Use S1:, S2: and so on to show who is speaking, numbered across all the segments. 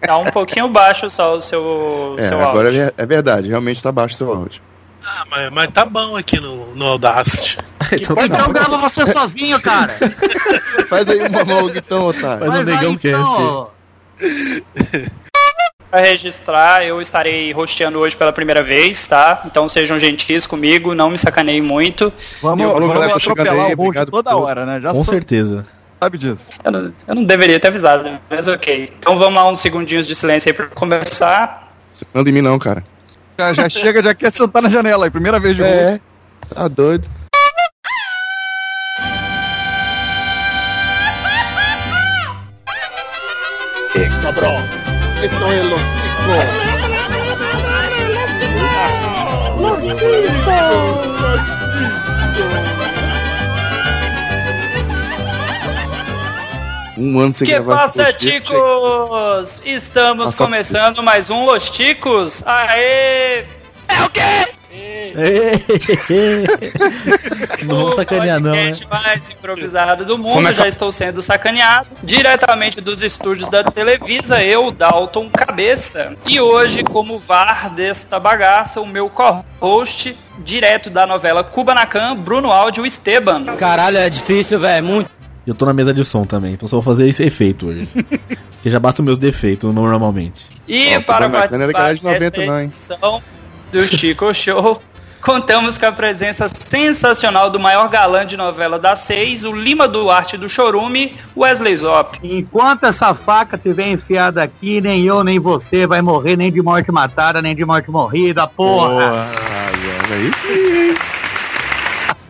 S1: Tá um pouquinho baixo só o seu,
S2: É,
S1: seu
S2: agora
S1: áudio.
S2: é, é verdade, realmente tá baixo o seu áudio.
S3: Ah, mas, mas tá bom aqui no, no Audacity.
S4: Por
S5: então tá
S4: que não
S5: bom.
S4: grava você sozinho, cara?
S2: Faz aí uma mão, então, otário.
S5: Faz um
S4: aí,
S5: negão cast.
S4: então.
S1: Pra registrar, eu estarei hosteando hoje pela primeira vez, tá? Então sejam gentis comigo, não me sacaneiem muito.
S6: Vamos,
S2: Falou, galera, tá
S6: vamos
S2: chegando
S6: atropelar
S2: aí,
S6: o Hulk
S2: obrigado por
S6: toda
S2: tudo.
S6: hora, né? Já
S5: Com
S6: sou-
S5: certeza.
S6: sabe disso.
S1: Eu não, eu não deveria ter avisado, mas ok. Então vamos lá, uns segundinhos de silêncio aí pra começar.
S2: Você não manda em mim, não, cara.
S6: Já, já chega, já quer sentar na janela aí. Primeira vez de Hulk.
S2: É, tá doido.
S7: É. Tá
S2: Um ano sem
S1: que
S2: gravar.
S1: passa,
S2: post, gente.
S1: ticos? Estamos
S2: Passa,
S1: começando mais um Los Ticos. Aê! É o quê?
S5: não vamos
S1: O
S5: sacanear, não, né?
S1: podcast mais improvisado do mundo,
S2: Como é que-
S1: já estou sendo sacaneado. Diretamente dos estúdios da Televisa, eu, Dalton Cabeça. E hoje, como VAR desta bagaça, o meu co-host, direto da novela Kubanacan, Bruno Áudio Esteban.
S8: Caralho, é difícil, velho. Muito.
S5: E eu tô na mesa de som também, então só vou fazer esse efeito hoje. Porque já basta os meus defeitos normalmente.
S1: E
S2: Ó,
S1: para
S2: Kubanacan não é
S1: participar
S2: daquela de
S1: desta
S2: 90 não, hein?
S1: edição do Chico Show, contamos com a presença sensacional do maior galã de novela das seis, o Lima Duarte do Chorume, Wesley Zop.
S4: Enquanto essa faca estiver enfiada aqui, nem eu, nem você vai morrer, nem de morte matada, nem de morte morrida, porra.
S2: Olha aí.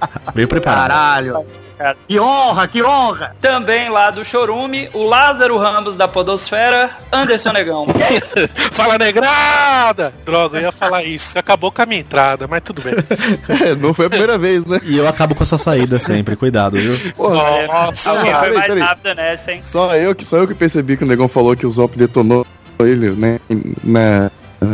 S5: Bem preparado.
S4: Caralho. Que honra, que honra.
S1: Também lá do Chorume, o Lázaro Ramos da Podosfera, Anderson Negão.
S3: Fala negrada! Droga, eu ia falar isso. Acabou com a minha entrada, mas tudo bem.
S2: É, não foi a primeira vez, né?
S5: E eu acabo com a sua saída sempre, cuidado, viu?
S2: Porra,
S3: Nossa,
S1: Alguém foi
S2: peraí,
S1: mais né?
S2: peraí.
S1: rápido nessa, hein?
S2: só eu, que, só eu que percebi que o negão falou que o Zop detonou ele, né? Na,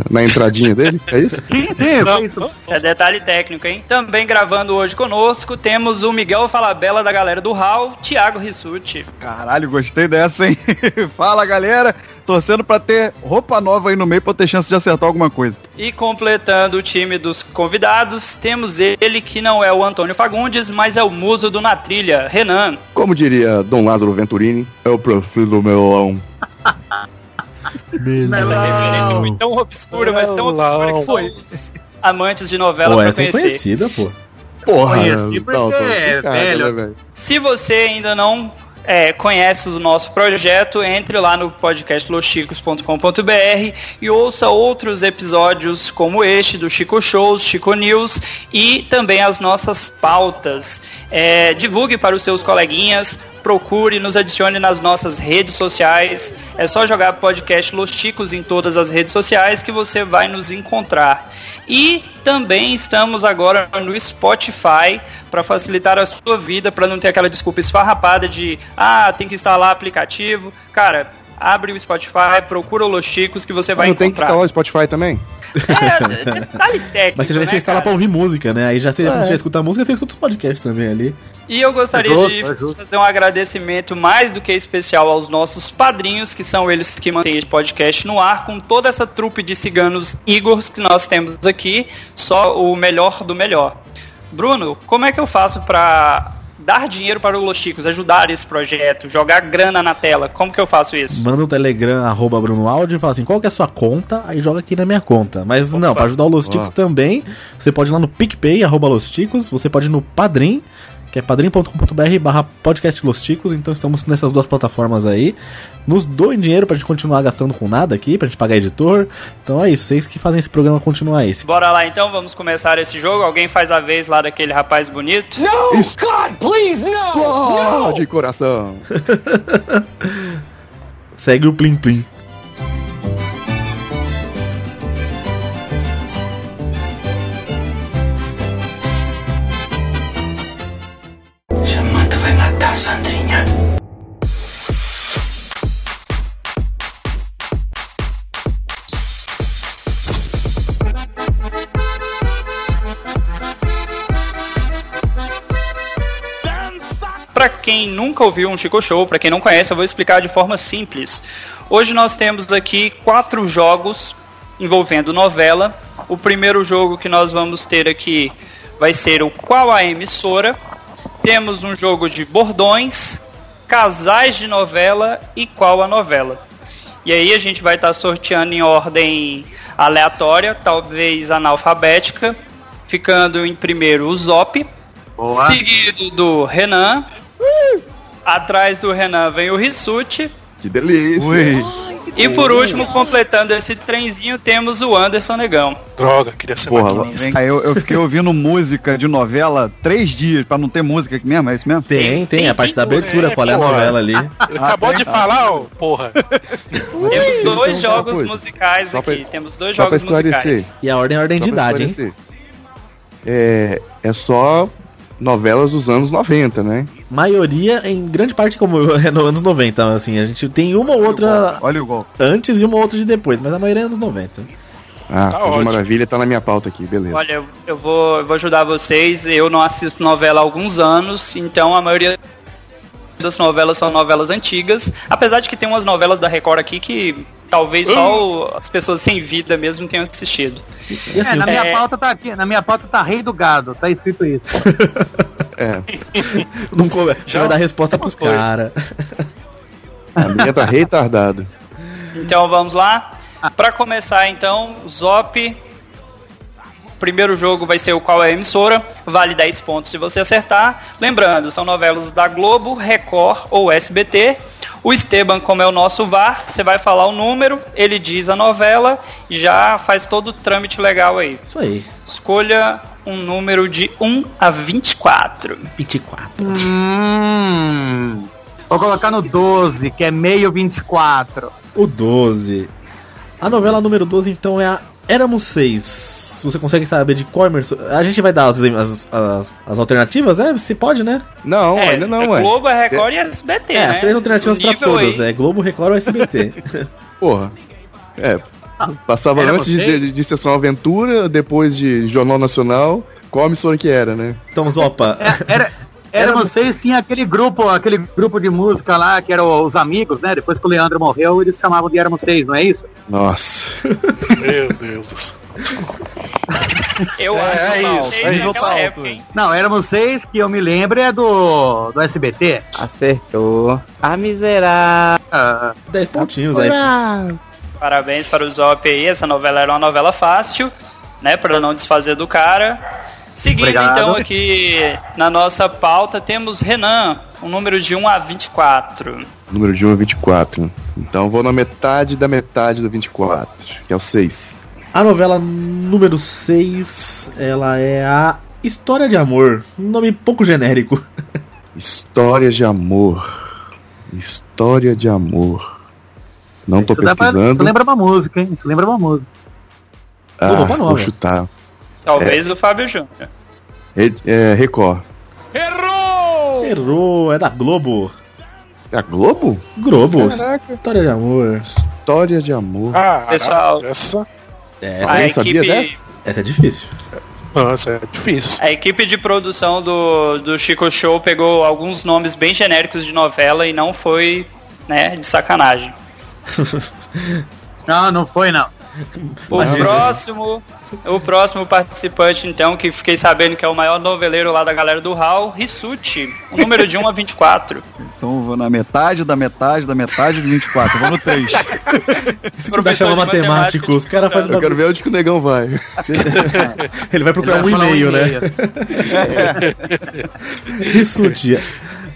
S2: na entradinha dele. É isso?
S4: Sim, sim,
S3: Não,
S4: foi isso.
S1: Isso é detalhe técnico, hein? Também gravando hoje conosco, temos o Miguel Falabella da galera do Hall, Thiago Rissuti.
S6: Caralho, gostei dessa, hein? Fala, galera. Torcendo pra ter roupa nova aí no meio pra eu ter chance de acertar alguma coisa.
S1: E completando o time dos convidados, temos ele que não é o Antônio Fagundes, mas é o muso do Na Trilha, Renan.
S2: Como diria Dom Lázaro Venturini, é eu preciso melão.
S1: Essa referência
S4: é
S1: foi
S3: É um
S1: tão obscura, mas tão obscura que só os amantes de novela
S5: Pô,
S1: pra
S5: essa é
S1: conhecer.
S5: conhecida, pô.
S2: Porra,
S4: Conheci porque
S2: Dalton, que
S4: é
S2: cara,
S4: velho.
S2: né, velho.
S1: Se você ainda não é, conhece o nosso projeto, entre lá no podcast loschicos.com.br e ouça outros episódios como este do Chico Shows, Chico News e também as nossas pautas. É, divulgue para os seus coleguinhas, procure, nos adicione nas nossas redes sociais. É só jogar podcast Los Chicos em todas as redes sociais que você vai nos encontrar. E também estamos agora no Spotify para facilitar a sua vida, para não ter aquela desculpa esfarrapada de ah, tem que instalar aplicativo. Cara, abre o Spotify, procura o Los Chicos que você vai
S2: Ah, não tem que
S1: encontrar.
S2: instalar o Spotify também?
S1: É, detalhe técnico,
S5: Mas você já
S1: né,
S5: vai se
S1: cara?
S5: instalar pra ouvir música, né? Aí já você
S2: É.
S5: já escuta a música, você escuta os podcasts também ali.
S1: E eu gostaria
S4: É justo,
S1: de
S4: é justo.
S1: fazer um agradecimento mais do que especial aos nossos padrinhos, que são eles que mantêm esse podcast no ar, com toda essa trupe de ciganos Igors que nós temos aqui, só o melhor do melhor. Bruno, como é que eu faço pra dar dinheiro para o Los Chicos, ajudar esse projeto, jogar grana na tela? Como que eu faço isso?
S5: Manda um Telegram, arroba Bruno Áudio, e fala assim, qual que é a sua conta? Aí joga aqui na minha conta. Mas não, pra ajudar o Los Ticos
S2: Ó.
S5: também, você pode ir lá no PicPay, arroba Los Ticos, você pode ir no Padrim, que é padrim.com.br barra podcast Los Ticos, então estamos nessas duas plataformas aí. Nos doem dinheiro pra gente continuar gastando com nada aqui, pra gente pagar editor. Então é isso, vocês que fazem esse programa continuar aí. Se
S1: Bora lá então, vamos começar esse jogo. Alguém faz a vez lá daquele rapaz bonito?
S2: Oh, de coração.
S5: Segue o Plim Plim.
S8: Samantha vai matar a Sandrinha.
S1: Pra quem quem nunca ouviu um Chico Show, pra quem não conhece, eu vou explicar de forma simples. Hoje nós temos aqui quatro jogos envolvendo novela. O primeiro jogo que nós vamos ter aqui vai ser o Qual a Emissora. Temos um jogo de bordões, casais de novela e qual a novela. E aí a gente vai estar sorteando em ordem aleatória, talvez analfabética, ficando em primeiro o Zop,
S4: Boa.
S1: seguido do Renan. Atrás do Renan vem o Rissuti.
S2: Que delícia.
S6: Ui.
S1: E por último, completando esse trenzinho, temos o Anderson Negão.
S3: Droga, queria ser
S2: Porra,
S3: maquinista.
S6: Vem cá, eu, eu fiquei ouvindo música de novela três dias, pra não ter música aqui mesmo, é isso mesmo?
S5: Tem, tem, a parte da abertura,
S3: é,
S5: qual é a
S3: porra.
S5: novela ali.
S3: Ele acabou de falar, ô, porra.
S1: Temos dois
S2: então, uma
S1: jogos
S2: coisa.
S1: musicais
S2: Só pra-
S1: aqui. Temos dois
S2: Só pra
S1: jogos
S2: esclarecer.
S1: musicais.
S5: E a ordem é a ordem de
S2: só pra
S5: idade, hein?
S2: esclarecer. É, é só novelas dos anos 90, né?
S5: Maioria, em grande parte, como eu, é nos anos 90, assim, a gente tem uma ou outra
S6: Olha o gol.
S5: antes e uma ou outra de depois, mas a maioria é anos 90.
S2: Ah,
S3: Tá
S2: tá
S3: ótimo.
S2: maravilha, tá na minha pauta aqui, beleza.
S1: Olha, eu- eu vou, eu vou ajudar vocês. Eu não assisto novela há alguns anos, então a maioria das novelas são novelas antigas. Apesar de que tem umas novelas da Record aqui que talvez só o- as pessoas sem vida mesmo tenham assistido.
S5: E
S4: É,
S5: assim,
S4: na
S5: o-
S4: minha
S1: é-
S4: pauta tá aqui, na minha pauta tá Rei do Gado, tá escrito isso.
S2: É,
S5: não come... já vai dar resposta pros
S3: coisa.
S5: caras.
S2: A minha tá retardado.
S1: Então vamos lá. Pra começar então, Zop. Primeiro jogo vai ser o qual é a emissora. Vale 10 pontos se você acertar. Lembrando, são novelas da Globo, Record ou SBT. O Esteban, como é o nosso VAR, você vai falar o número, ele diz a novela e já faz todo o trâmite legal aí.
S5: Isso aí,
S1: Escolha um número de 1 a 24.
S5: 24.
S4: Hum, vou colocar no 12, que é meio 24.
S5: O 12. A novela número 12, então, é a Éramos 6. Você consegue saber de qual imerso- A gente vai dar as, as, as, as alternativas, né? Se pode, né?
S2: Não,
S1: é,
S2: ainda não,
S1: é
S2: ué.
S1: Globo, é Record e SBT.
S5: É,
S1: né?
S5: as três alternativas pra
S1: Nível
S5: todas.
S1: aí.
S5: É Globo, Record ou SBT.
S2: Porra. É. Passava
S4: Era
S2: antes de,
S4: você?
S2: de, de Sessão Aventura, depois de Jornal Nacional. Qual a emissora que era, né?
S5: então, Zopa.
S4: Era, era vocês, tinha aquele grupo, aquele grupo de música lá, que eram os amigos, né? Depois que o Leandro morreu, eles chamavam de Éramos Seis, não é isso?
S2: Nossa.
S3: Meu Deus do céu.
S1: Eu
S3: É,
S1: acho
S3: é
S1: que não.
S3: isso,
S1: Tem
S3: é
S1: naquela
S3: isso.
S1: época, hein?
S4: Não, Éramos Seis, que eu me lembro, é do, do SBT.
S9: Acertou. Ah, miserável.
S4: Ah,
S5: 10 pontinhos aí.
S1: Parabéns para o Zop aí. Essa novela era uma novela fácil, né? Para não desfazer do cara. Seguindo
S4: Obrigado.
S1: então aqui na nossa pauta, temos Renan, um número de 1 a 24.
S2: Número de 1 é 24. Então vou na metade da metade do 24, que é o 6.
S5: A novela número 6, ela é a História de Amor. Um nome pouco genérico.
S2: História de amor. História de amor. Não tô
S4: isso, dá pra-
S2: pesquisando.
S4: isso lembra uma música, hein? Isso lembra uma música.
S5: Não
S2: Ah,
S4: é
S5: vou pra não,
S2: vou
S5: velho.
S2: chutar.
S1: Talvez
S2: É.
S1: do Fábio Júnior.
S2: Re- É, Record.
S5: Errou, é da Globo.
S2: É a Globo?
S5: Globo. História de Amor.
S2: História de amor.
S3: Ah,
S1: Pessoal.
S3: Essa...
S5: É, Essa,
S1: A
S2: Alguém sabia
S1: equipe,
S2: dessa?
S5: essa é difícil.
S3: Nossa, é difícil.
S1: a equipe de produção do, do Chico Show pegou alguns nomes bem genéricos de novela e não foi né, de sacanagem.
S4: Não, não foi, não.
S1: O próximo, o próximo participante, então, que fiquei sabendo que é o maior noveleiro lá da galera do Hall, Rissuti, o número de 1 a 24.
S6: Então eu vou na metade da metade da metade de 24. Eu vou no 3.
S5: Isso que o cara
S1: Professor
S5: chama
S1: de matemática
S5: matemático, os caras fazem
S2: Eu quero ver onde que o negão vai.
S5: Ele vai procurar um e-mail, né? Isso, tia.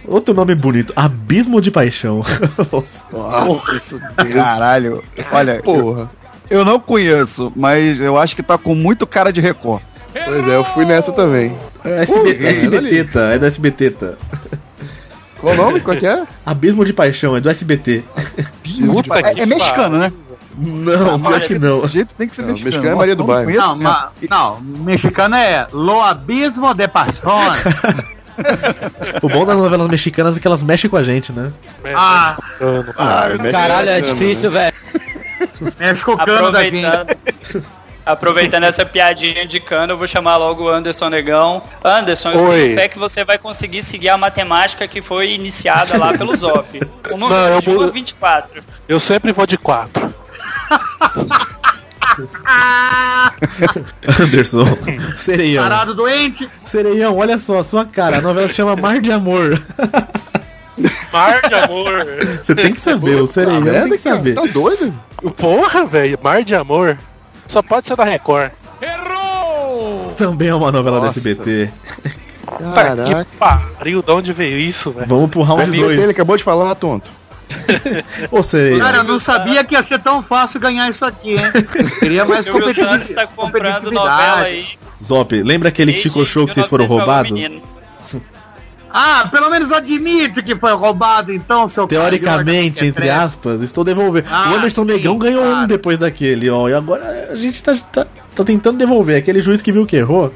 S5: Outro nome bonito, Abismo de Paixão.
S2: Nossa,
S6: Caralho. Olha, eu,
S2: porra.
S6: eu não conheço, mas eu acho que tá com muito cara de Record.
S2: Pois é, eu fui nessa também.
S5: É SB,
S2: Ui,
S5: SBTeta, é do SBTeta.
S2: Qual o nome? Qual que é?
S5: Abismo de Paixão, é do SBT.
S3: Puta
S6: É,
S3: que
S6: é mexicano, né?
S5: Não, pior que não.
S6: Desse jeito tem que ser
S2: Não,
S6: mexicano.
S2: mexicano é Maria do
S6: Nossa, eu
S2: Bairro.
S6: Não,
S4: Não,
S6: conheço, cara.
S4: ma, não, mexicano é Lo Abismo de Paixões.
S5: O bom das novelas mexicanas é que elas mexem com a gente, né?
S3: É,
S4: Ah,
S3: mexicano.
S2: Ah, mexe-
S8: Caralho, é
S2: mexe-
S8: difícil, velho.
S4: mexe com o cano da gente.
S1: Aproveitando, Aproveitando essa piadinha de cano, eu vou chamar logo o Anderson Negão. Anderson, eu
S3: Oi.
S1: tenho fé que você vai conseguir seguir a matemática que foi iniciada lá pelo Zop. O número
S3: Não, eu
S1: de 1 a
S3: mudo-
S1: 24.
S3: Eu sempre vou de 4.
S5: Anderson. Sereião.
S4: Ah, Parado doente.
S5: Sereião, olha só, a sua cara. A novela se chama Mar de Amor.
S3: Mar de amor.
S5: Você tem que saber, o Sereião tem que saber.
S2: Tá doido?
S3: Porra, velho. Mar de amor. Só pode ser da Record.
S5: Também é uma novela
S2: Nossa.
S5: da SBT.
S3: Tá
S2: Caraca.
S3: que pariu, de onde veio isso, velho?
S5: Vamos pro round
S2: Amigo
S5: 2.
S2: dele acabou de falar, tonto.
S5: Ô, Sereião.
S4: Cara, eu não sabia que ia ser tão fácil ganhar isso aqui, hein? Queria
S1: O
S4: mais
S1: Silvio
S4: competitivi-
S1: Santos tá comprando novela
S4: competitividade.
S1: aí.
S5: Zop, lembra aquele
S1: desde
S5: Chico Show que vocês foram
S1: 1900
S5: roubados?
S1: menino.
S4: Ah, pelo menos admite que foi roubado, então, seu
S5: Teoricamente,
S4: carioca,
S5: entre aspas, estou devolvendo.
S4: Ah,
S5: o Anderson
S4: sim,
S5: Negão ganhou
S4: claro.
S5: um depois daquele, ó. E agora a gente tá, tá, tá tentando devolver. Aquele juiz que viu que errou.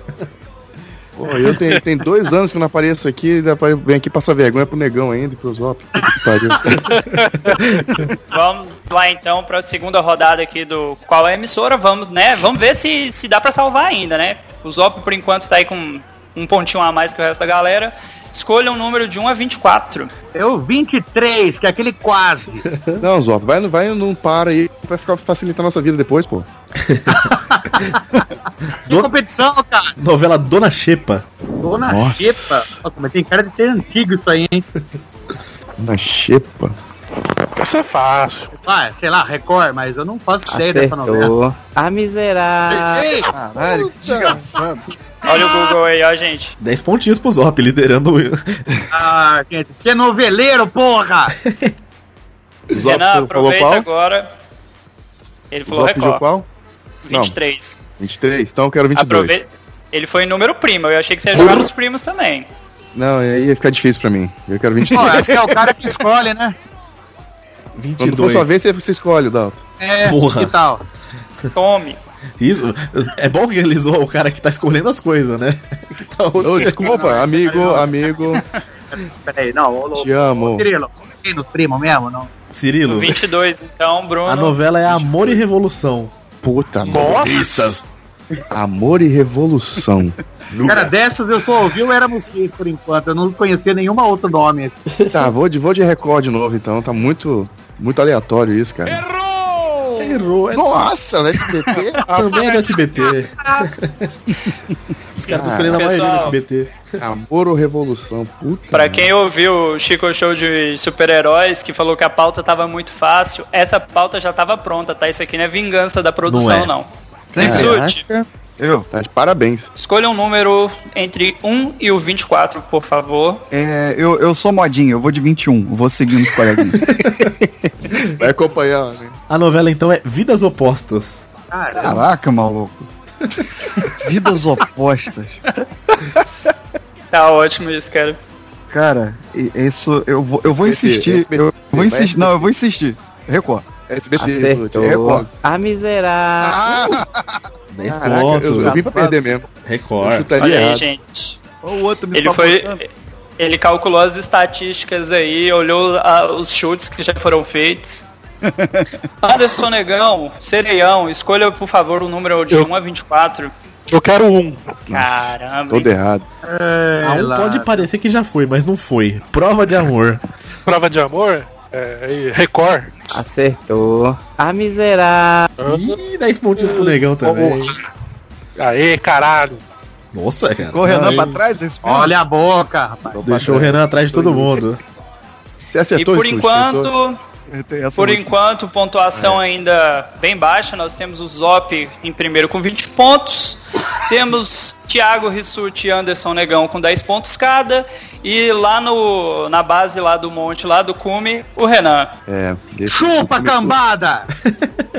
S2: Pô, eu tenho, tem dois anos que eu não apareço aqui, ainda apare- vem aqui passar vergonha pro negão ainda, e pro Zop. Puta que pariu.
S1: Vamos lá então pra segunda rodada aqui do qual é a emissora. Vamos, né? Vamos ver se, se dá pra salvar ainda, né? O Zop por enquanto tá aí com um pontinho a mais que o resto da galera. Escolha um número de 1 a 24.
S4: Eu 23, que é aquele quase.
S2: Não, Zop, vai, vai, não para aí, vai ficar facilitar nossa vida depois, pô.
S4: Que competição, cara.
S5: Novela Dona Xepa.
S4: Dona
S2: Nossa.
S4: Xepa. Nossa, mas tem cara de ser antigo isso aí, hein?
S2: Na xepa.
S3: Isso é fácil.
S4: Ah, sei lá, Record, mas eu não faço ideia dessa novela.
S9: Acertou. A miserável.
S4: Ei,
S2: Caralho, que desgraçado.
S1: Olha
S2: Ah!
S1: o Google aí, ó, gente.
S5: 10 pontinhos pro Zop, liderando o.
S4: Ah, gente, que noveleiro, porra!
S2: Zop
S1: Renan,
S2: falou- falou
S1: aproveita
S2: qual?
S1: agora. Ele
S2: O
S1: falou
S2: Zop pediu
S1: Record.
S2: qual? Não.
S1: 23.
S2: 23, então eu quero 22.
S1: Aprove- Ele foi em número primo, eu achei que você ia jogar nos primos também.
S2: Não, aí ia ficar difícil pra mim. Eu quero 23.
S4: Ó, acho que é o cara que escolhe, né?
S2: Quando for
S5: 22.
S2: sua vez, você- você escolhe, Dalton.
S4: É,
S5: Porra.
S4: que tal?
S1: Tome.
S5: Isso. É bom que ele zoa o cara que tá escolhendo as coisas, né? Que tá
S2: Ô,
S5: hostil.
S2: desculpa, amigo, amigo,
S4: Peraí, não, ô, louco.
S2: te amo.
S4: Cirilo, tem nos primos mesmo, não?
S1: O
S5: Cirilo,
S1: 22, então,
S5: a
S1: Bruno.
S5: novela é Amor e Revolução.
S2: Puta, amor.
S3: Nossa!
S2: amor e revolução.
S4: Cara,
S5: É,
S4: dessas eu só ouvi o Éramos Reis por enquanto. Eu não conhecia nenhuma outro nome.
S2: Tá, vou de, vou de recorde novo então, tá muito, muito aleatório isso, cara.
S5: Errou. É
S2: Nossa, no SBT?
S5: Também é do SBT. Os caras estão escolhendo a maioria do
S1: Pessoal.
S5: SBT.
S2: Amor ou revolução? Puta.
S1: Pra
S2: merda.
S1: quem ouviu o Chico Show de super-heróis, que falou que a pauta tava muito fácil, essa pauta já tava pronta, tá? Isso aqui não é vingança da produção,
S5: é.
S1: não.
S2: Caraca.
S1: Sute,
S6: Eu?
S2: Tá de parabéns.
S1: escolha um número entre 1 e o 24, por favor.
S6: É, eu, eu sou modinho, eu vou de 21, vou seguindo os coleguinhas.
S2: Vai acompanhar, né?
S5: A novela então é Vidas Opostas.
S4: Cara,
S6: Caraca, maluco. Vidas opostas.
S1: Tá ótimo isso, cara.
S6: Cara, e- isso eu vou, eu vou
S2: SBT,
S6: insistir. Eu
S2: SBT,
S6: vou
S2: vai
S6: insistir. Não, eu vou insistir. Record.
S2: SBT, Sute, é
S9: Acertou.
S2: Record.
S9: A miserável.
S4: Ah.
S5: 10
S2: Caraca,
S5: pontos.
S2: eu, eu vim pra perder mesmo. Eu
S5: Né? Record.
S2: chutaria
S1: Olha aí,
S2: Tá errado.
S1: gente.
S6: Olha o outro me
S1: Ele foi.
S6: sabotando.
S1: Ele calculou as estatísticas aí, olhou ah, os chutes que já foram feitos. Anderson Negão, Sereião, escolha por favor o número de
S3: Eu-
S1: 1 a 24.
S3: Eu quero um.
S1: Caramba. hein?
S2: Todo errado.
S5: A um
S4: ela-
S5: pode parecer que já foi, mas não foi. Prova de amor.
S3: Prova de amor? É, e Record.
S9: Acertou. A miserável.
S5: Ih, 10 pontinhos pro negão também.
S3: Aê, caralho.
S5: Nossa, cara.
S6: Ficou o Renan pra trás? Esse filme?
S4: olha a boca, rapaz.
S5: Deixou o Renan atrás de todo mundo.
S2: Você
S1: E
S2: acertou
S1: por
S2: Sute, acertou?
S1: enquanto,
S6: Tem essa
S1: por
S6: música.
S1: enquanto,
S2: É.
S1: pontuação ainda bem baixa. Nós temos o Zop em primeiro com 20 pontos. temos Thiago Rissuti e Anderson Negão com 10 pontos cada. E lá no, na base lá do monte, lá do cume, o Renan.
S2: É, deixa-
S4: Chupa, cambada!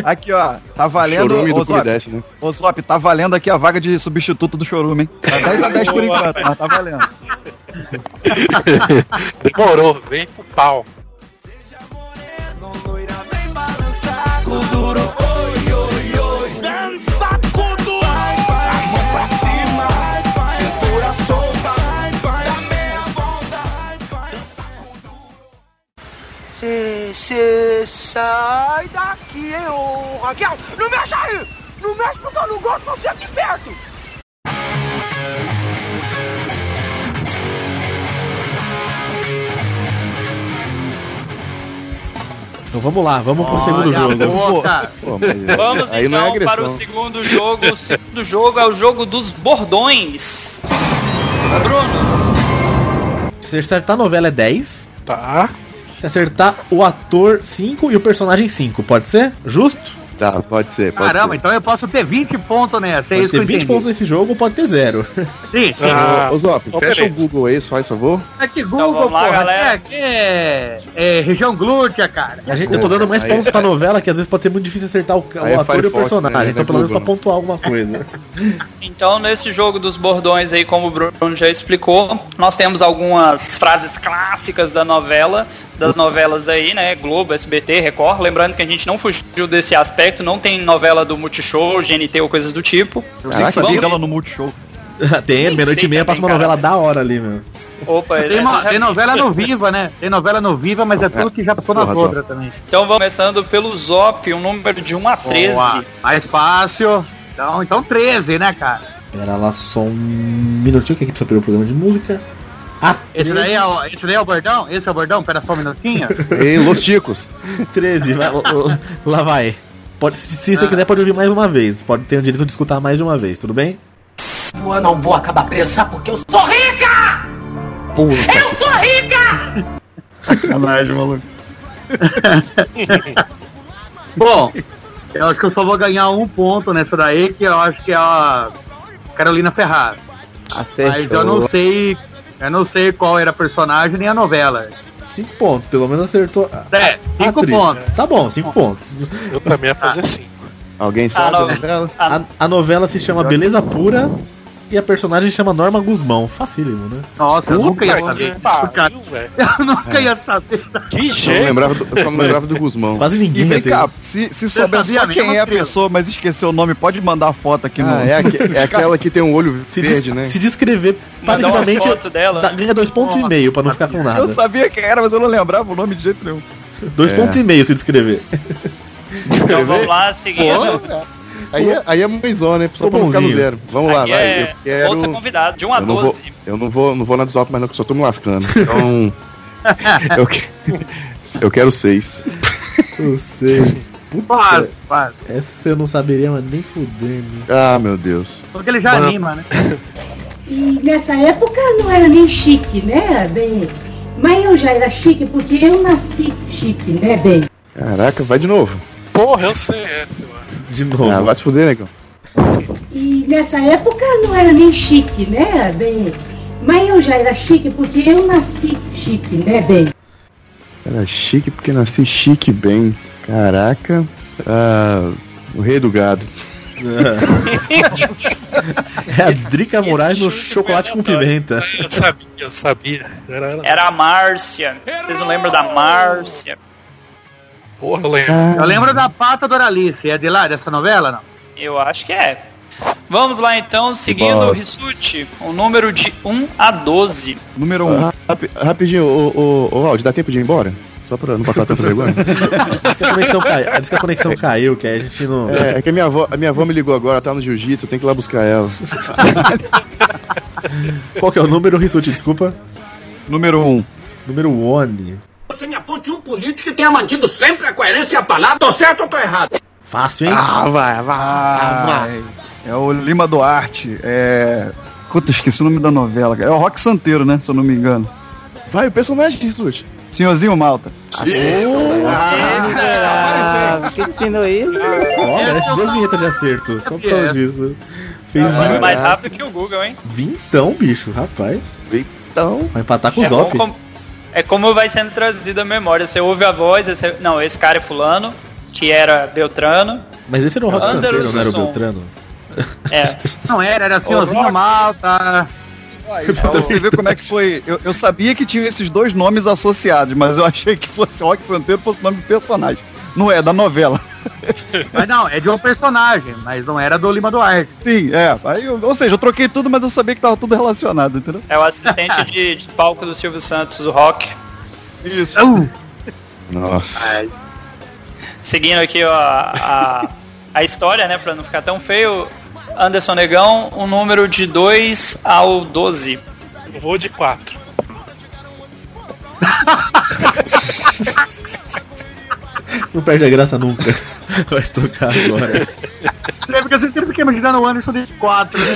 S6: Aqui, ó. Tá valendo.
S2: Chorume
S6: Ô,
S2: do Clube
S6: Zop,
S2: 10, né?
S6: ô, Zop, tá valendo aqui a vaga de substituto do Chorume, hein? Tá 10 a 10 por
S1: Boa.
S6: enquanto, mas tá valendo.
S3: Demorou, vem pro pau.
S7: Cê, cê sai daqui, hein, ô Raquel! Não mexa aí! Não mexe porque eu não gosto de você aqui perto!
S5: Então vamos lá, vamos pro segundo jogo. né?
S2: Pô, mas
S1: Vamos
S2: aí não é
S1: então
S2: agressão.
S1: para o segundo jogo. O segundo jogo é o jogo dos bordões. Bruno,
S5: Se acertar a novela é 10.
S3: Tá.
S5: Se acertar o ator 5 e o personagem 5, pode ser? Justo?
S2: Tá, pode ser, pode
S4: Caramba,
S2: ser.
S4: então eu posso ter 20 pontos nessa. É
S5: Pode
S4: isso que
S5: ter
S4: eu
S5: 20
S4: entendi.
S5: pontos nesse jogo, pode ter zero.
S4: Sim, sim.
S3: Ah,
S2: Ô, Zop,
S3: então
S2: fecha o
S3: beleza.
S2: Google aí, só faz favor.
S4: É que Google,
S1: Então, vamos lá,
S4: porra, né?
S1: galera.
S4: aqui é, aqui é, é região glútea, cara.
S5: A gente- eu tô dando mais
S2: Aí-
S5: pontos pra novela, que às vezes pode ser muito difícil acertar o, ca- o
S2: Aí é
S5: ator e o
S2: Firefox,
S5: personagem.
S2: né?
S5: Então,
S2: Não é
S5: pelo menos pra
S2: Google,
S5: pontuar alguma coisa.
S1: então nesse jogo dos bordões aí, como o Bruno já explicou, nós temos algumas frases clássicas da novela, das novelas aí, né? Globo, SBT, Record. Lembrando que a gente não fugiu desse aspecto, não tem novela do Multishow, GNT ou coisas do tipo.
S6: Eu nem sabia
S1: vamos-
S6: dela no Multishow.
S5: Tem,
S1: Nem
S5: meia-noite
S1: sei
S5: e
S2: tá
S5: meia passa uma
S1: também,
S5: novela
S1: cara,
S5: da hora ali, meu.
S1: Opa, é,
S4: Tem,
S1: essa
S4: uma-
S1: já
S4: tem novela no Viva, né? Tem novela no Viva, mas é tudo que já passou nas
S2: Porra, só.
S4: outras também.
S1: Então vamos começando pelo Zop, um número de 1 a 13.
S4: Boa. Mais fácil. Então, então 13, né, cara?
S5: Pera lá só um minutinho que aqui precisa pegar o programa de música. A
S4: Esse daí é o, esse daí é o bordão? Esse é o bordão? Pera só um minutinho.
S2: Ei, Los Chicos.
S5: 13, vai, ó, ó, lá vai. Pode, se se
S2: Ah.
S5: você quiser, pode ouvir mais uma vez. Pode ter o direito de escutar mais de uma vez, tudo bem?
S7: Eu não vou acabar presa porque eu sou rica! Eu sou rica!
S6: Sacanagem, maluco.
S4: Bom, eu acho que eu só vou ganhar um ponto nessa daí, que eu acho que é a Carolina Ferraz.
S9: Acertou.
S4: Mas eu não sei. Eu não sei qual era a personagem nem a novela.
S5: 5 pontos, pelo menos acertou. Ah, a-
S4: É,
S5: a
S4: cinco
S5: atriz.
S4: pontos.
S5: Tá bom, 5 pontos.
S3: Eu também ia fazer assim. cinco.
S2: Alguém sabe? né?
S1: não.
S2: o nome dela?
S5: A, a novela se chama Beleza Pura e a personagem chama Norma Guzmão. Facílimo, né?
S4: Nossa, eu nunca ia
S3: Puta
S4: saber.
S3: que pariu, velho.
S4: Eu nunca ia saber.
S3: Que
S2: Só não
S3: jeito.
S2: lembrava do, só não lembrava do Guzmão.
S5: Quase
S6: E
S5: ninguém
S6: vem
S5: vai
S6: cá, se, se
S4: Você
S6: souber
S4: sabia
S6: só
S4: mesmo,
S6: quem é a
S4: trio?
S6: pessoa, mas esqueceu o nome, pode mandar a foto aqui no...
S2: Ah, é, aque- é aquela que tem um olho
S5: Se,
S2: verde,
S5: des-
S2: né?
S5: se descrever
S1: Mandar uma
S5: parecidamente,
S1: foto dela.
S5: dá- ganha 2 pontos e meio pra não ficar com nada.
S6: Eu sabia quem era, mas eu não lembrava o nome de jeito nenhum.
S5: 2
S2: É.
S5: pontos e meio se descrever.
S1: Então vamos lá, seguindo.
S2: Aí, é- aí é mãezona, né? Só
S5: Tô
S2: pra não ficar no
S5: bonzinho.
S2: zero. Vamos lá,
S1: Aqui
S2: vai.
S1: é
S2: Eu quero...
S1: Bolsa convidado, de 1 a
S2: Eu não, vou,
S1: 12.
S2: eu não vou, não vou na do Zop, mas não, que eu só tô me lascando. Então... eu, que- eu quero seis.
S5: Eu sei. Puta,
S4: Faz, faz.
S5: essa eu não saberia, mas nem fudendo.
S2: Ah, meu Deus.
S4: Porque ele já
S3: Mano.
S4: anima, né?
S7: E nessa época não era nem chique, né, bem? Mas eu já era chique porque eu nasci chique, né, bem?
S2: Caraca, vai de novo.
S3: Porra, eu sei é, essa, mano.
S5: De novo.
S2: Ah, vai se fuder, negão.
S7: E nessa época não era nem chique, né, bem? Mas eu já era chique porque eu nasci chique, né, bem?
S2: Era chique porque nasci chique bem. Caraca. Ah, o rei do gado.
S5: É a Drica Moraes no
S1: Esse tipo chute
S5: chocolate com
S1: foi aleatório.
S5: pimenta.
S3: Eu sabia, eu sabia. Era, era-
S1: Era a Márcia. Vocês não lembram da Márcia?
S3: Porra, eu lembro.
S4: Eu lembro da pata Doralice. É de lá, dessa novela, não?
S1: Eu acho que é. Vamos lá então, seguindo o
S2: bosta.
S1: Rissuti, o número de 1 a 12.
S6: Número 1. Um.
S2: Ah, rapi- rapidinho, ô, ô, ô, Aldi, dá tempo de ir embora? Só pra não passar tanto vergonha?
S5: Diz que a conexão caiu, diz que a conexão caiu, que aí a gente não.
S2: É, é que a minha, avó, a minha avó me ligou agora, tá no jiu-jitsu, eu tenho que ir lá buscar ela.
S5: Qual que é o número, Rissuti? Desculpa.
S2: Ah.
S6: Número 1. Um.
S5: Número one.
S7: Você me aponte um político que tenha mantido sempre a coerência e a palavra. Tô certo ou tô errado?
S5: Fácil, hein?
S6: Ah, vai, vai. É o Lima Duarte. É. Puta, esqueci o nome da novela, cara. É o Rock Santeiro, né? Se eu não me engano.
S2: Vai, o personagem de Jesus.
S6: Senhorzinho Malta.
S9: Ah, que ensinou isso?
S5: Ó,
S1: é
S5: merece duas vinhetas de acerto. Só por causa
S4: Essa.
S5: disso. né? Fez
S1: Foi
S5: vinho-
S1: mais rápido que o Google, hein?
S5: vintão, bicho, rapaz.
S2: Então,
S5: Vai empatar com o
S1: é, bom
S5: Zop.
S1: como, é como vai sendo trazida a memória. Você ouve a voz, você- não, esse cara é fulano, que era Beltrano.
S5: Mas esse era o Rock
S1: Anderson.
S5: Santeiro, não era o Beltrano?
S1: É,
S4: Não era, era
S1: Ô,
S4: senhorzinho
S1: Rock.
S4: malta.
S6: Pra você ver como é que foi. Eu, eu sabia que tinha esses dois nomes associados, mas eu achei que fosse Rock Santeiro fosse o nome do personagem. Não é, da novela.
S4: Mas não, é de um personagem, mas não era do Lima Duarte.
S6: Sim, é. Aí eu- ou seja, eu troquei tudo, mas eu sabia que tava tudo relacionado, entendeu?
S1: é o assistente de, de palco do Silvio Santos, o Rock.
S6: Isso.
S4: Uh,
S2: nossa.
S1: Seguindo aqui ó, a, a história, né, pra não ficar tão feio, Anderson Negão, um número de 2 ao 12.
S3: Eu vou de 4.
S5: Não perde a graça nunca. Vai tocar agora.
S4: É porque você sempre quer imaginar o Anderson de 4, né?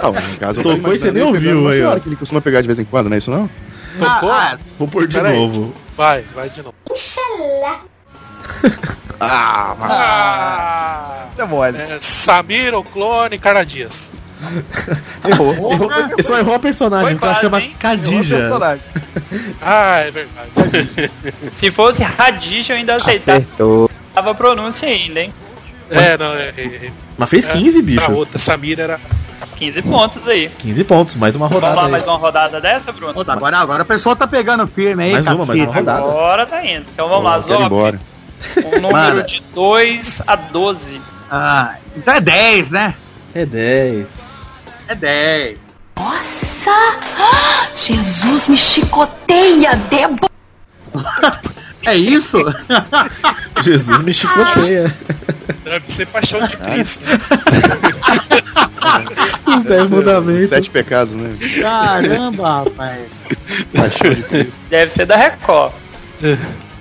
S2: Não, no caso, eu
S5: Tocou
S2: tava
S5: e você
S2: imaginando
S5: nem
S2: ele
S5: ouviu,
S2: pegando
S5: aí,
S2: uma
S5: ó.
S2: é senhora que ele costuma pegar de vez em quando, não é isso não?
S3: Tocou?
S4: Ah, ah,
S5: Vou pôr de
S2: Pera aí.
S5: novo.
S3: Vai, vai de novo.
S2: Ah, mas...
S3: Ah!
S6: Isso é mole.
S3: É, Samir, o clone, Carla Dias.
S6: Errou.
S5: Errou, ele só errou a
S1: Foi
S5: personagem, que ela
S1: quase,
S5: chama
S1: hein?
S5: Khadija.
S6: personagem.
S3: Ah, é verdade.
S1: Se fosse Radija, eu ainda aceitava
S9: Acertou.
S1: a pronúncia ainda, hein?
S3: É, não, é, é, é.
S5: Mas fez
S3: É,
S5: 15,
S3: A
S5: bicho.
S3: outra, Samir era.
S1: 15 pontos aí.
S5: 15 pontos, mais uma
S1: Vamos
S5: rodada.
S1: lá,
S5: aí.
S1: mais uma rodada dessa, Bruno?
S4: Puta, agora, agora a pessoa tá pegando firme aí,
S5: Mais uma, mais
S4: cacete.
S5: uma rodada.
S1: Agora tá indo. Então vamos lá,
S2: eu quero ir
S1: Zop.
S2: embora.
S1: Um número
S4: Manda.
S1: de 2 a 12.
S4: Ah, então é 10, né?
S5: É 10.
S4: É 10.
S10: Nossa! Ah, Jesus me chicoteia, Débora!
S4: É isso?
S5: Jesus me chicoteia.
S3: Deve ser paixão de Cristo.
S5: Os 10 mandamentos.
S2: Sete pecados, né?
S4: Caramba, rapaz.
S2: Paixão de Cristo.
S1: Deve ser da Record.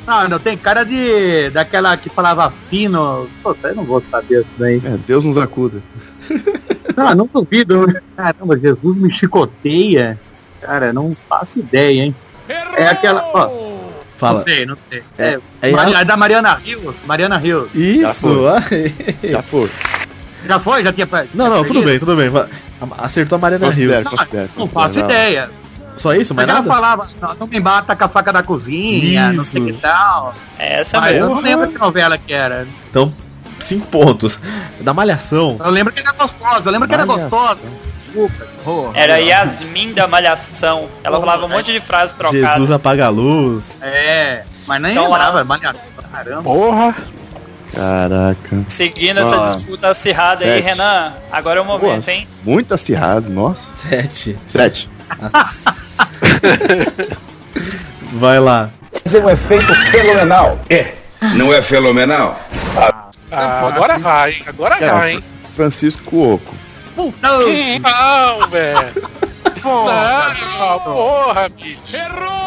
S4: Não, não tem cara de. daquela que falava fino. Puta, eu não vou saber isso daí.
S2: É, Deus nos acuda.
S4: Não, não duvido. né? Caramba, Jesus me chicoteia. Cara, não faço ideia, hein? É aquela. Ó,
S5: Fala.
S4: Não sei, não sei.
S5: É,
S4: É,
S5: é
S4: Mari-
S5: ela-
S4: é da Mariana Rios. Mariana Rios.
S5: Isso! ai.
S2: Já foi.
S4: Já foi? Já tinha. pe-
S5: Não, não,
S4: tinha
S5: tudo
S4: perdido?
S5: bem, tudo bem. Va- Acertou a Mariana
S2: Considero,
S5: Rios.
S4: Não,
S2: considero.
S4: Não
S2: considero.
S4: faço
S2: Vai lá.
S4: ideia.
S5: Só isso?
S4: Mas
S5: Mais
S4: ela
S5: nada?
S4: falava, "Não, não me bata com a faca da cozinha, não sei
S5: Isso. Tá
S4: que tal.
S1: Essa
S4: Mas eu
S1: mesmo.
S4: não lembro que novela que era.
S5: Então, 5 pontos. Da Malhação.
S4: Eu lembro que era gostosa, eu lembro que era
S2: Malhação.
S4: gostosa.
S6: Errou.
S1: Era Yasmin da Malhação. Ela falava um monte de frase
S5: Jesus
S1: trocada.
S5: apaga a luz.
S4: É, mas nem
S1: Então,
S4: lembrava,
S5: ah.
S1: lá-
S4: malhação, caramba.
S3: Porra!
S2: Caraca.
S1: Seguindo essa
S2: Ah,
S1: disputa acirrada aí,
S2: sete.
S1: Renan. Agora é o momento,
S2: Boa.
S1: hein?
S2: Muito acirrado, nossa.
S5: 7.
S2: Sete.
S5: Vai lá.
S8: Não é fenomenal?
S3: Ah, agora vai, hein? Agora
S2: É,
S3: vai, hein?
S2: Francisco Cuoco.
S4: Não,
S3: Não, velho. Não, porra, bicho.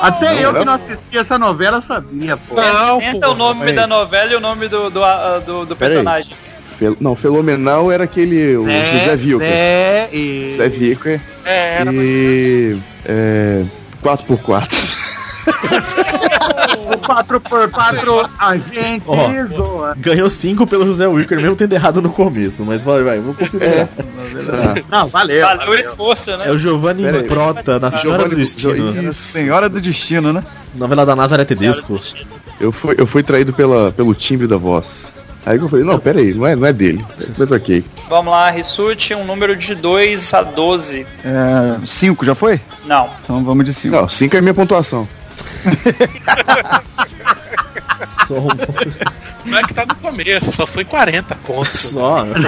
S4: até
S2: Não,
S4: eu
S2: não.
S4: que não assistia essa novela sabia, pô.
S3: Não,
S1: Tenta
S3: porra.
S1: o nome
S2: peraí.
S1: da novela e o nome do, do, ah, do, do
S2: Peraí.
S1: personagem.
S2: Fel- Não, Fenomenal era aquele. O
S4: Né,
S2: José Vilker.
S4: né, e...
S5: é
S2: José Vilker.
S3: É, era mais
S2: E. É, 4x4.
S4: O 4x4, a gente
S5: Ó.
S4: zoa.
S5: Ganhou 5 pelo José Wicker, mesmo tendo errado no começo. Mas vai, vai, vou considerar.
S4: Não, valeu.
S1: Valeu o
S4: valeu.
S1: esforço, né?
S5: É o Giovanni
S2: Pera aí.
S5: Prota, na Senhora do
S2: Giovanni-
S5: Destino.
S2: Gio-
S6: Era Senhora do Destino, né?
S5: Novela da Nazaré Tedesco.
S2: Eu fui, eu fui traído pela, pelo timbre da voz. Aí que eu falei, não, pera aí, não é, não é dele. Mas ok.
S1: Vamos lá, Rissuti, um número de 2 a 12.
S6: É, cinco, já foi?
S1: Não.
S6: Então vamos de cinco.
S2: Não, 5 é minha pontuação.
S5: Só um
S3: Não é que tá no começo, só foi 40 pontos.
S5: só. 40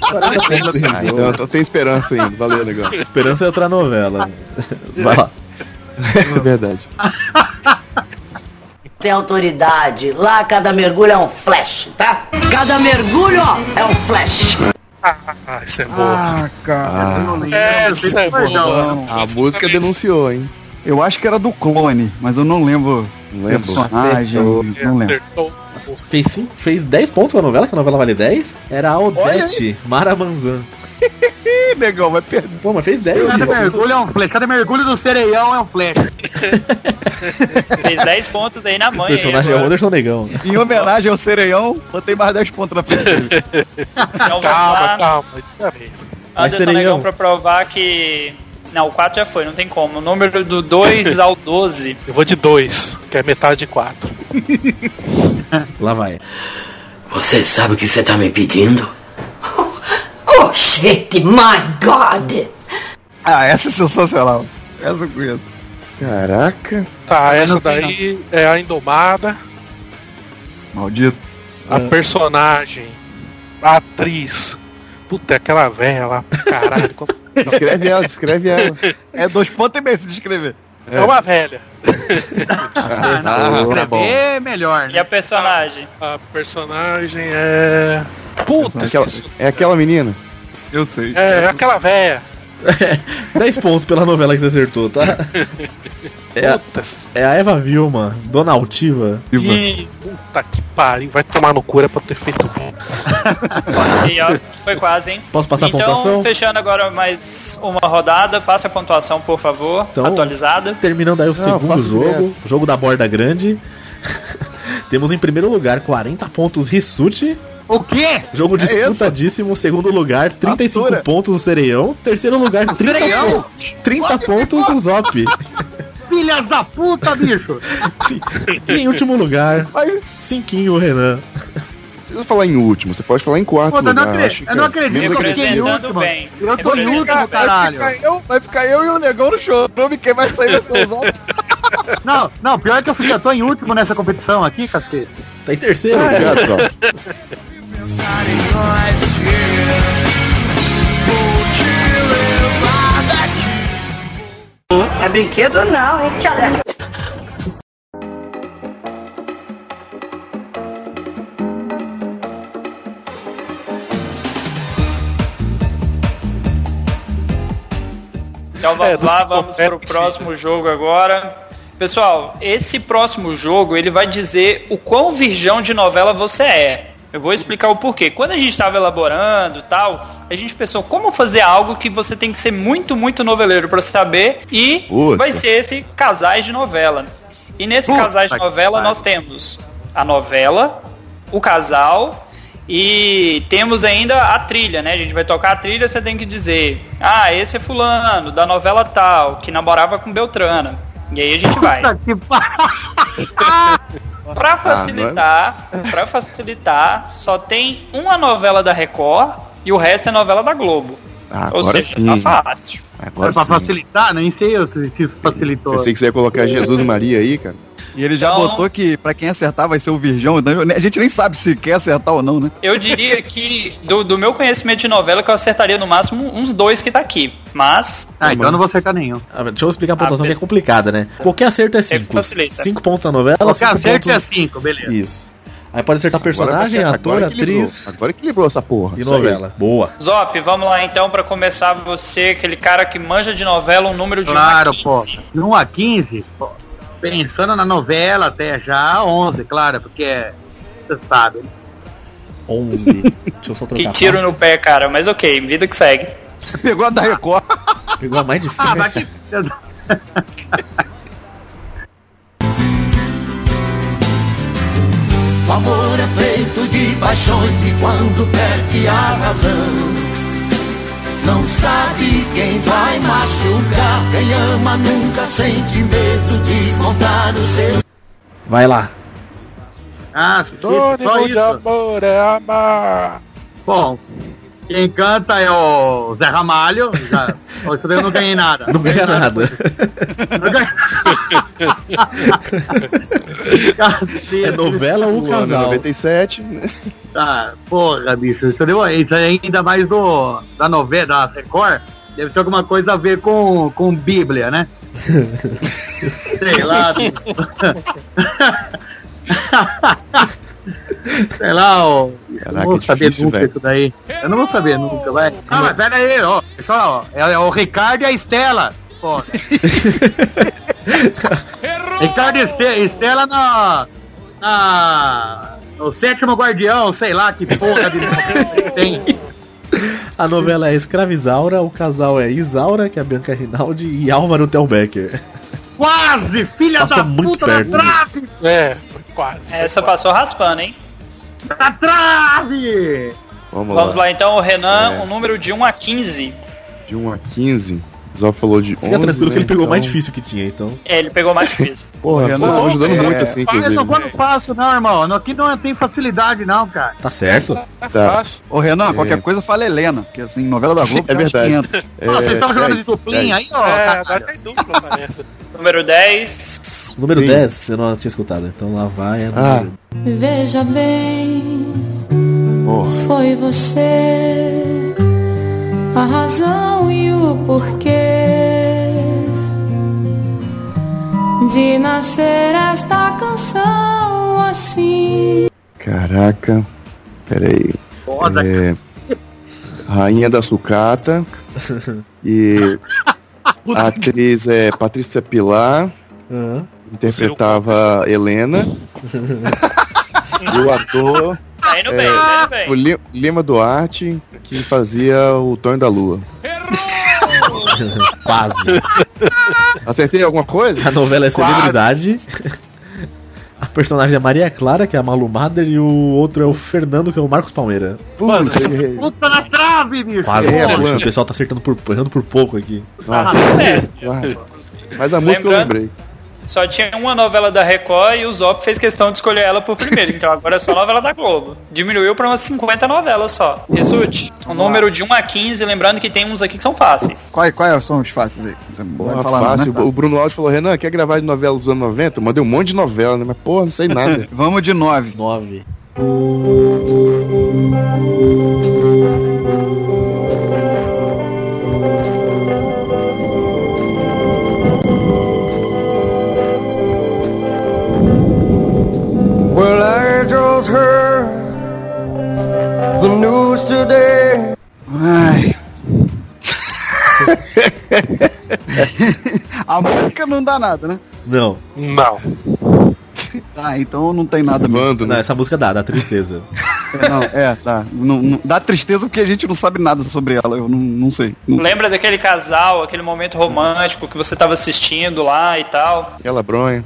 S5: pontos em
S2: Ah, então
S5: jogo.
S2: eu tô- tenho esperança ainda. Valeu, legal.
S5: Esperança é outra novela. Vai lá.
S2: É verdade.
S10: Tem autoridade. Lá cada mergulho é um flash, tá? Cada mergulho ó, é um flash.
S3: Ah, isso é boa.
S6: Ah, cara.
S2: Ah.
S6: eu lembro.
S3: Essa é
S4: Perdão.
S3: boa.
S6: Não,
S2: A música denunciou, hein?
S6: Eu acho que era do clone, mas eu não lembro
S2: Não é
S6: o
S2: lembro.
S6: personagem. Não lembro.
S3: Acertou.
S5: Fez, cinco, fez 10 pontos com a novela, que a novela vale 10. Era a Odete Mara Manzan.
S6: Ih, negão, vai perder.
S5: Pô, mas fez 10.
S4: Cada
S5: gente.
S4: mergulho é um flash, cada mergulho do sereião é um flash.
S1: Fez 10 pontos aí na
S5: O
S1: mãe. aí
S5: personagem é o
S1: agora.
S5: Anderson Negão.
S6: Em homenagem ao Sereião, botei mais 10 pontos na frente dele.
S1: Então vamos
S3: Calma,
S1: lá,
S3: calma. de uma vez.
S5: Vai,
S1: Anderson
S5: Serenhão.
S1: Negão pra provar que... Não, o 4 já foi, não tem como. O número do 2 ao 12.
S3: Eu vou de 2, que é metade de 4.
S5: Lá vai.
S8: Você sabe o que você tá me pedindo?
S10: Oh, shit, my God!
S6: Ah, essa é sensacional. Essa eu conheço.
S2: Caraca.
S3: Tá, essa
S4: não sei
S3: daí é a Indomada,
S6: Maldito.
S3: a personagem, a atriz. Puta, é aquela velha lá, caralho. como-
S2: Descreve ela, descreve ela.
S6: É dois pontos e meio se descrever.
S3: É uma velha.
S4: Ah,
S2: Tá
S4: não,
S6: Tá
S4: pra ver, É melhor. né?
S1: E a personagem?
S3: A personagem é. Puta,
S2: Aquela- é aquela menina.
S6: Eu sei.
S3: É, é aquela véia.
S5: 10 pontos pela novela que você acertou, tá? É a, é a Eva Vilma, Dona Altiva.
S3: Ih, puta que pariu, vai tomar no cu era pra eu ter feito vídeo.
S1: E, ó, foi quase, hein?
S5: Posso passar a
S1: então,
S5: pontuação?
S1: fechando agora mais uma rodada, passa a pontuação, por favor,
S5: Então,
S1: atualizada.
S5: Terminando aí o segundo
S2: faço
S5: jogo,
S2: direto.
S5: o jogo da borda grande. Temos em primeiro lugar 40 pontos Rissuti.
S4: O quê?
S5: Jogo
S6: isso?
S5: disputadíssimo. Segundo lugar, 35
S6: Fatura.
S5: pontos o Sereião. Terceiro lugar, 30,
S4: Sereião?
S5: po- 30 pontos o Zop.
S4: Filhas da puta, bicho!
S5: E
S2: Tá
S5: em último lugar,
S2: Aí,
S5: cinquinho o Renan.
S2: não precisa falar em último, você pode falar em quarto
S4: Puta, eu não
S2: lugar.
S4: acre-
S2: acho que
S4: eu não
S2: é
S4: acredito
S2: menos
S4: que eu fiquei em
S2: agressivo.
S1: Representando
S4: último.
S1: bem.
S4: Eu tô em
S1: Representando
S4: último,
S1: bem.
S4: caralho.
S6: Vai ficar, eu, vai ficar eu e o negão no chorome, quem vai sair vai ser o Zop.
S4: Não, não, pior é que eu fui, eu tô em último nessa competição aqui, cacete.
S5: Tá em terceiro.
S2: Obrigado, Zop.
S10: É brinquedo não, hein?
S1: Então vamos
S3: É,
S1: lá,
S3: dos
S1: vamos pro
S3: completos,
S1: próximo jogo agora. Pessoal, esse próximo jogo ele vai dizer o quão virgão de novela você é. Eu vou explicar o porquê. Quando a gente estava elaborando e tal, a gente pensou como fazer algo que você tem que ser muito, muito noveleiro para saber e
S2: Puta.
S1: vai ser esse casais de novela. E nesse
S4: Puta
S1: casais de
S4: que
S1: novela
S4: pariu.
S1: nós temos a novela, o casal e temos ainda a trilha, né? A gente vai tocar a trilha, você tem que dizer: "Ah, esse é fulano da novela tal, que namorava com Beltrana". E aí a gente vai.
S4: Puta que pariu. Ah, é?
S1: Pra facilitar, pra facilitar, só tem uma novela da Record e o resto é novela da Globo.
S2: Ah,
S1: Ou
S2: agora
S1: seja,
S2: sim.
S1: tá fácil.
S2: Agora
S4: Pra
S2: sim.
S4: facilitar, nem sei eu se, se isso facilitou.
S2: Pensei que você ia colocar Jesus e Maria aí, cara.
S6: E ele já
S1: Então-
S6: botou que pra quem acertar vai ser o Virgão. então A gente nem sabe se quer acertar ou não, né?
S1: Eu diria que, do, do meu conhecimento de novela, que eu acertaria no máximo uns dois que tá aqui. Mas
S4: Ah, então eu não vou acertar nenhum.
S5: Ah, Deixa eu explicar a pontuação
S1: Ah,
S5: que é complicada, né? Qualquer acerto é 5.
S1: facilita.
S5: 5 pontos na novela,
S4: Qualquer
S5: cinco
S4: acerto é
S5: pontos...
S4: 5, beleza.
S5: Isso. Aí pode acertar personagem,
S2: Agora-
S5: ator,
S2: é agora equilibrou.
S5: atriz
S2: Agora equilibrou essa porra.
S5: e
S2: Isso aí.
S5: novela. Boa.
S1: Zop, vamos lá então pra começar você, aquele cara que manja de novela, um número de 1 a
S4: Claro,
S1: 15.
S4: pô. De 1 a 15, pô, pensando na novela até já, 11, claro, porque é- você sabe. né?
S5: 11. Deixa eu só trocar.
S1: Que
S5: a
S1: tiro no pé, cara, mas ok, vida que segue.
S6: Pegou a da Record.
S5: pasta. Pegou a mais difícil.
S4: Ah, mas que...
S10: O amor é feito de paixões e quando perde a razão Não sabe quem vai machucar Quem ama nunca sente medo de contar o seu
S5: Vai lá.
S4: Ah, só, só
S3: Sônico de
S4: isso.
S3: amor é amar.
S4: Bom, quem canta é o Zé Ramalho. Já, Ó, isso daí eu não ganhei nada.
S5: Não ganha nada.
S4: Não ganhei- Cacete,
S5: É novela ou
S2: O ano
S5: casal?
S2: 97, né?
S4: tá. Porra, bicho, isso, deu, isso aí é ainda mais do, da novela, da Record. Deve ser alguma coisa a ver com, com Bíblia, né? Sei lá. bicho. Sei lá, ó. eu não
S2: Caraca,
S4: vou
S2: é
S4: saber
S2: difícil,
S4: nunca
S2: velho.
S4: isso daí. Eu não vou saber nunca, vai. Ah, mas pera aí, ó. Pessoal, ó, é, é o Ricardo e a Estela. Pô. Ricardo e Este- Estela na. na. O sétimo guardião, sei lá que porra de novela tem.
S5: A novela é Escravizaura, o casal é Isaura, que é a Bianca Rinaldi, e Álvaro Telbecker.
S4: Quase, filha
S5: Passou
S2: é
S4: da
S5: muito
S4: puta
S5: perto.
S2: né?
S4: da trave!
S3: É, foi quase. foi
S1: Essa
S3: quase.
S1: passou raspando, hein?
S4: Da trave!
S2: Vamos,
S1: Vamos lá então, o Renan,
S2: É.
S1: um número de 1 a 15.
S2: De 1 a 15. O Zop falou de 11.
S5: Fica tranquilo
S2: né?
S5: que ele pegou o
S2: Então,
S5: mais difícil que tinha, então.
S1: É, ele pegou mais difícil.
S2: Porra, vocês estão
S3: Pô,
S2: ajudando
S3: é,
S2: muito assim,
S3: faz
S4: Mas
S2: inclusive.
S4: não quando fácil não, irmão. Aqui não tem facilidade não, cara.
S5: Tá certo?
S3: É
S2: Tá.
S3: fácil.
S6: Ô, Renan,
S2: É.
S6: qualquer coisa fala Helena, porque assim, novela da Globo
S2: É verdade.
S6: Entra.
S2: É,
S4: Pô, vocês estão jogando de
S2: 10,
S4: duplinha
S2: 10.
S4: aí, ó.
S3: é,
S4: caralho.
S3: agora tem dupla, parece.
S1: número 10.
S5: Número
S2: Sim.
S5: 10, eu não tinha escutado. Então lá vai. É
S2: Ah.
S5: número-
S11: Veja bem,
S2: Porra,
S11: foi você a razão e o porquê de nascer esta canção assim.
S2: Caraca. Peraí.
S4: Foda.
S2: É, Rainha da Sucata. E a atriz é Patrícia Pilar. Interpretava Helena. E o ator.
S1: Tá indo bem,
S2: é,
S1: tá indo bem.
S2: O Li- Lima Duarte, que fazia o Tonho da Lua.
S5: Quase.
S2: Acertei alguma coisa?
S5: A novela é
S2: Quase.
S5: celebridade. A personagem é Maria Clara, que é a Malu Mader, e o outro é o Fernando, que é o Marcos Palmeira.
S4: Mano,
S2: Putz,
S4: puta na trave, bicho.
S5: Quase,
S4: É,
S5: gente,
S4: mano.
S5: o pessoal tá acertando por, errando por pouco aqui.
S2: Nossa.
S1: É.
S2: Mas a música eu
S1: Lembrando-
S2: lembrei.
S1: Só tinha uma novela da Record e o Zop fez questão de escolher ela por primeiro. Então agora é só novela da Globo. Diminuiu pra umas 50 novelas só. Risute, o número de 1 a 15, lembrando que tem uns aqui que são fáceis.
S6: Quais, quais são os fáceis aí? Você não vai
S2: Uma
S6: falar
S2: fácil.
S6: não, né?
S2: O Bruno Alves falou, Renan, quer gravar de novela dos anos 90? Eu mandei um monte de novela, né? Mas porra, não sei nada.
S6: Vamos de nove.
S5: Nove.
S10: Well, I just heard the news today.
S6: Ai. a música não dá nada, né?
S5: Não.
S3: Não.
S6: Tá, então não tem nada mesmo.
S2: Mando,
S5: Não,
S2: né?
S5: essa música dá, dá tristeza.
S6: É, Não, é, tá. Não, não- dá tristeza porque a gente não sabe nada sobre ela. Eu não, não sei. Não sei.
S1: Lembra daquele casal, aquele momento romântico que você tava assistindo lá e tal?
S2: Aquela bronha.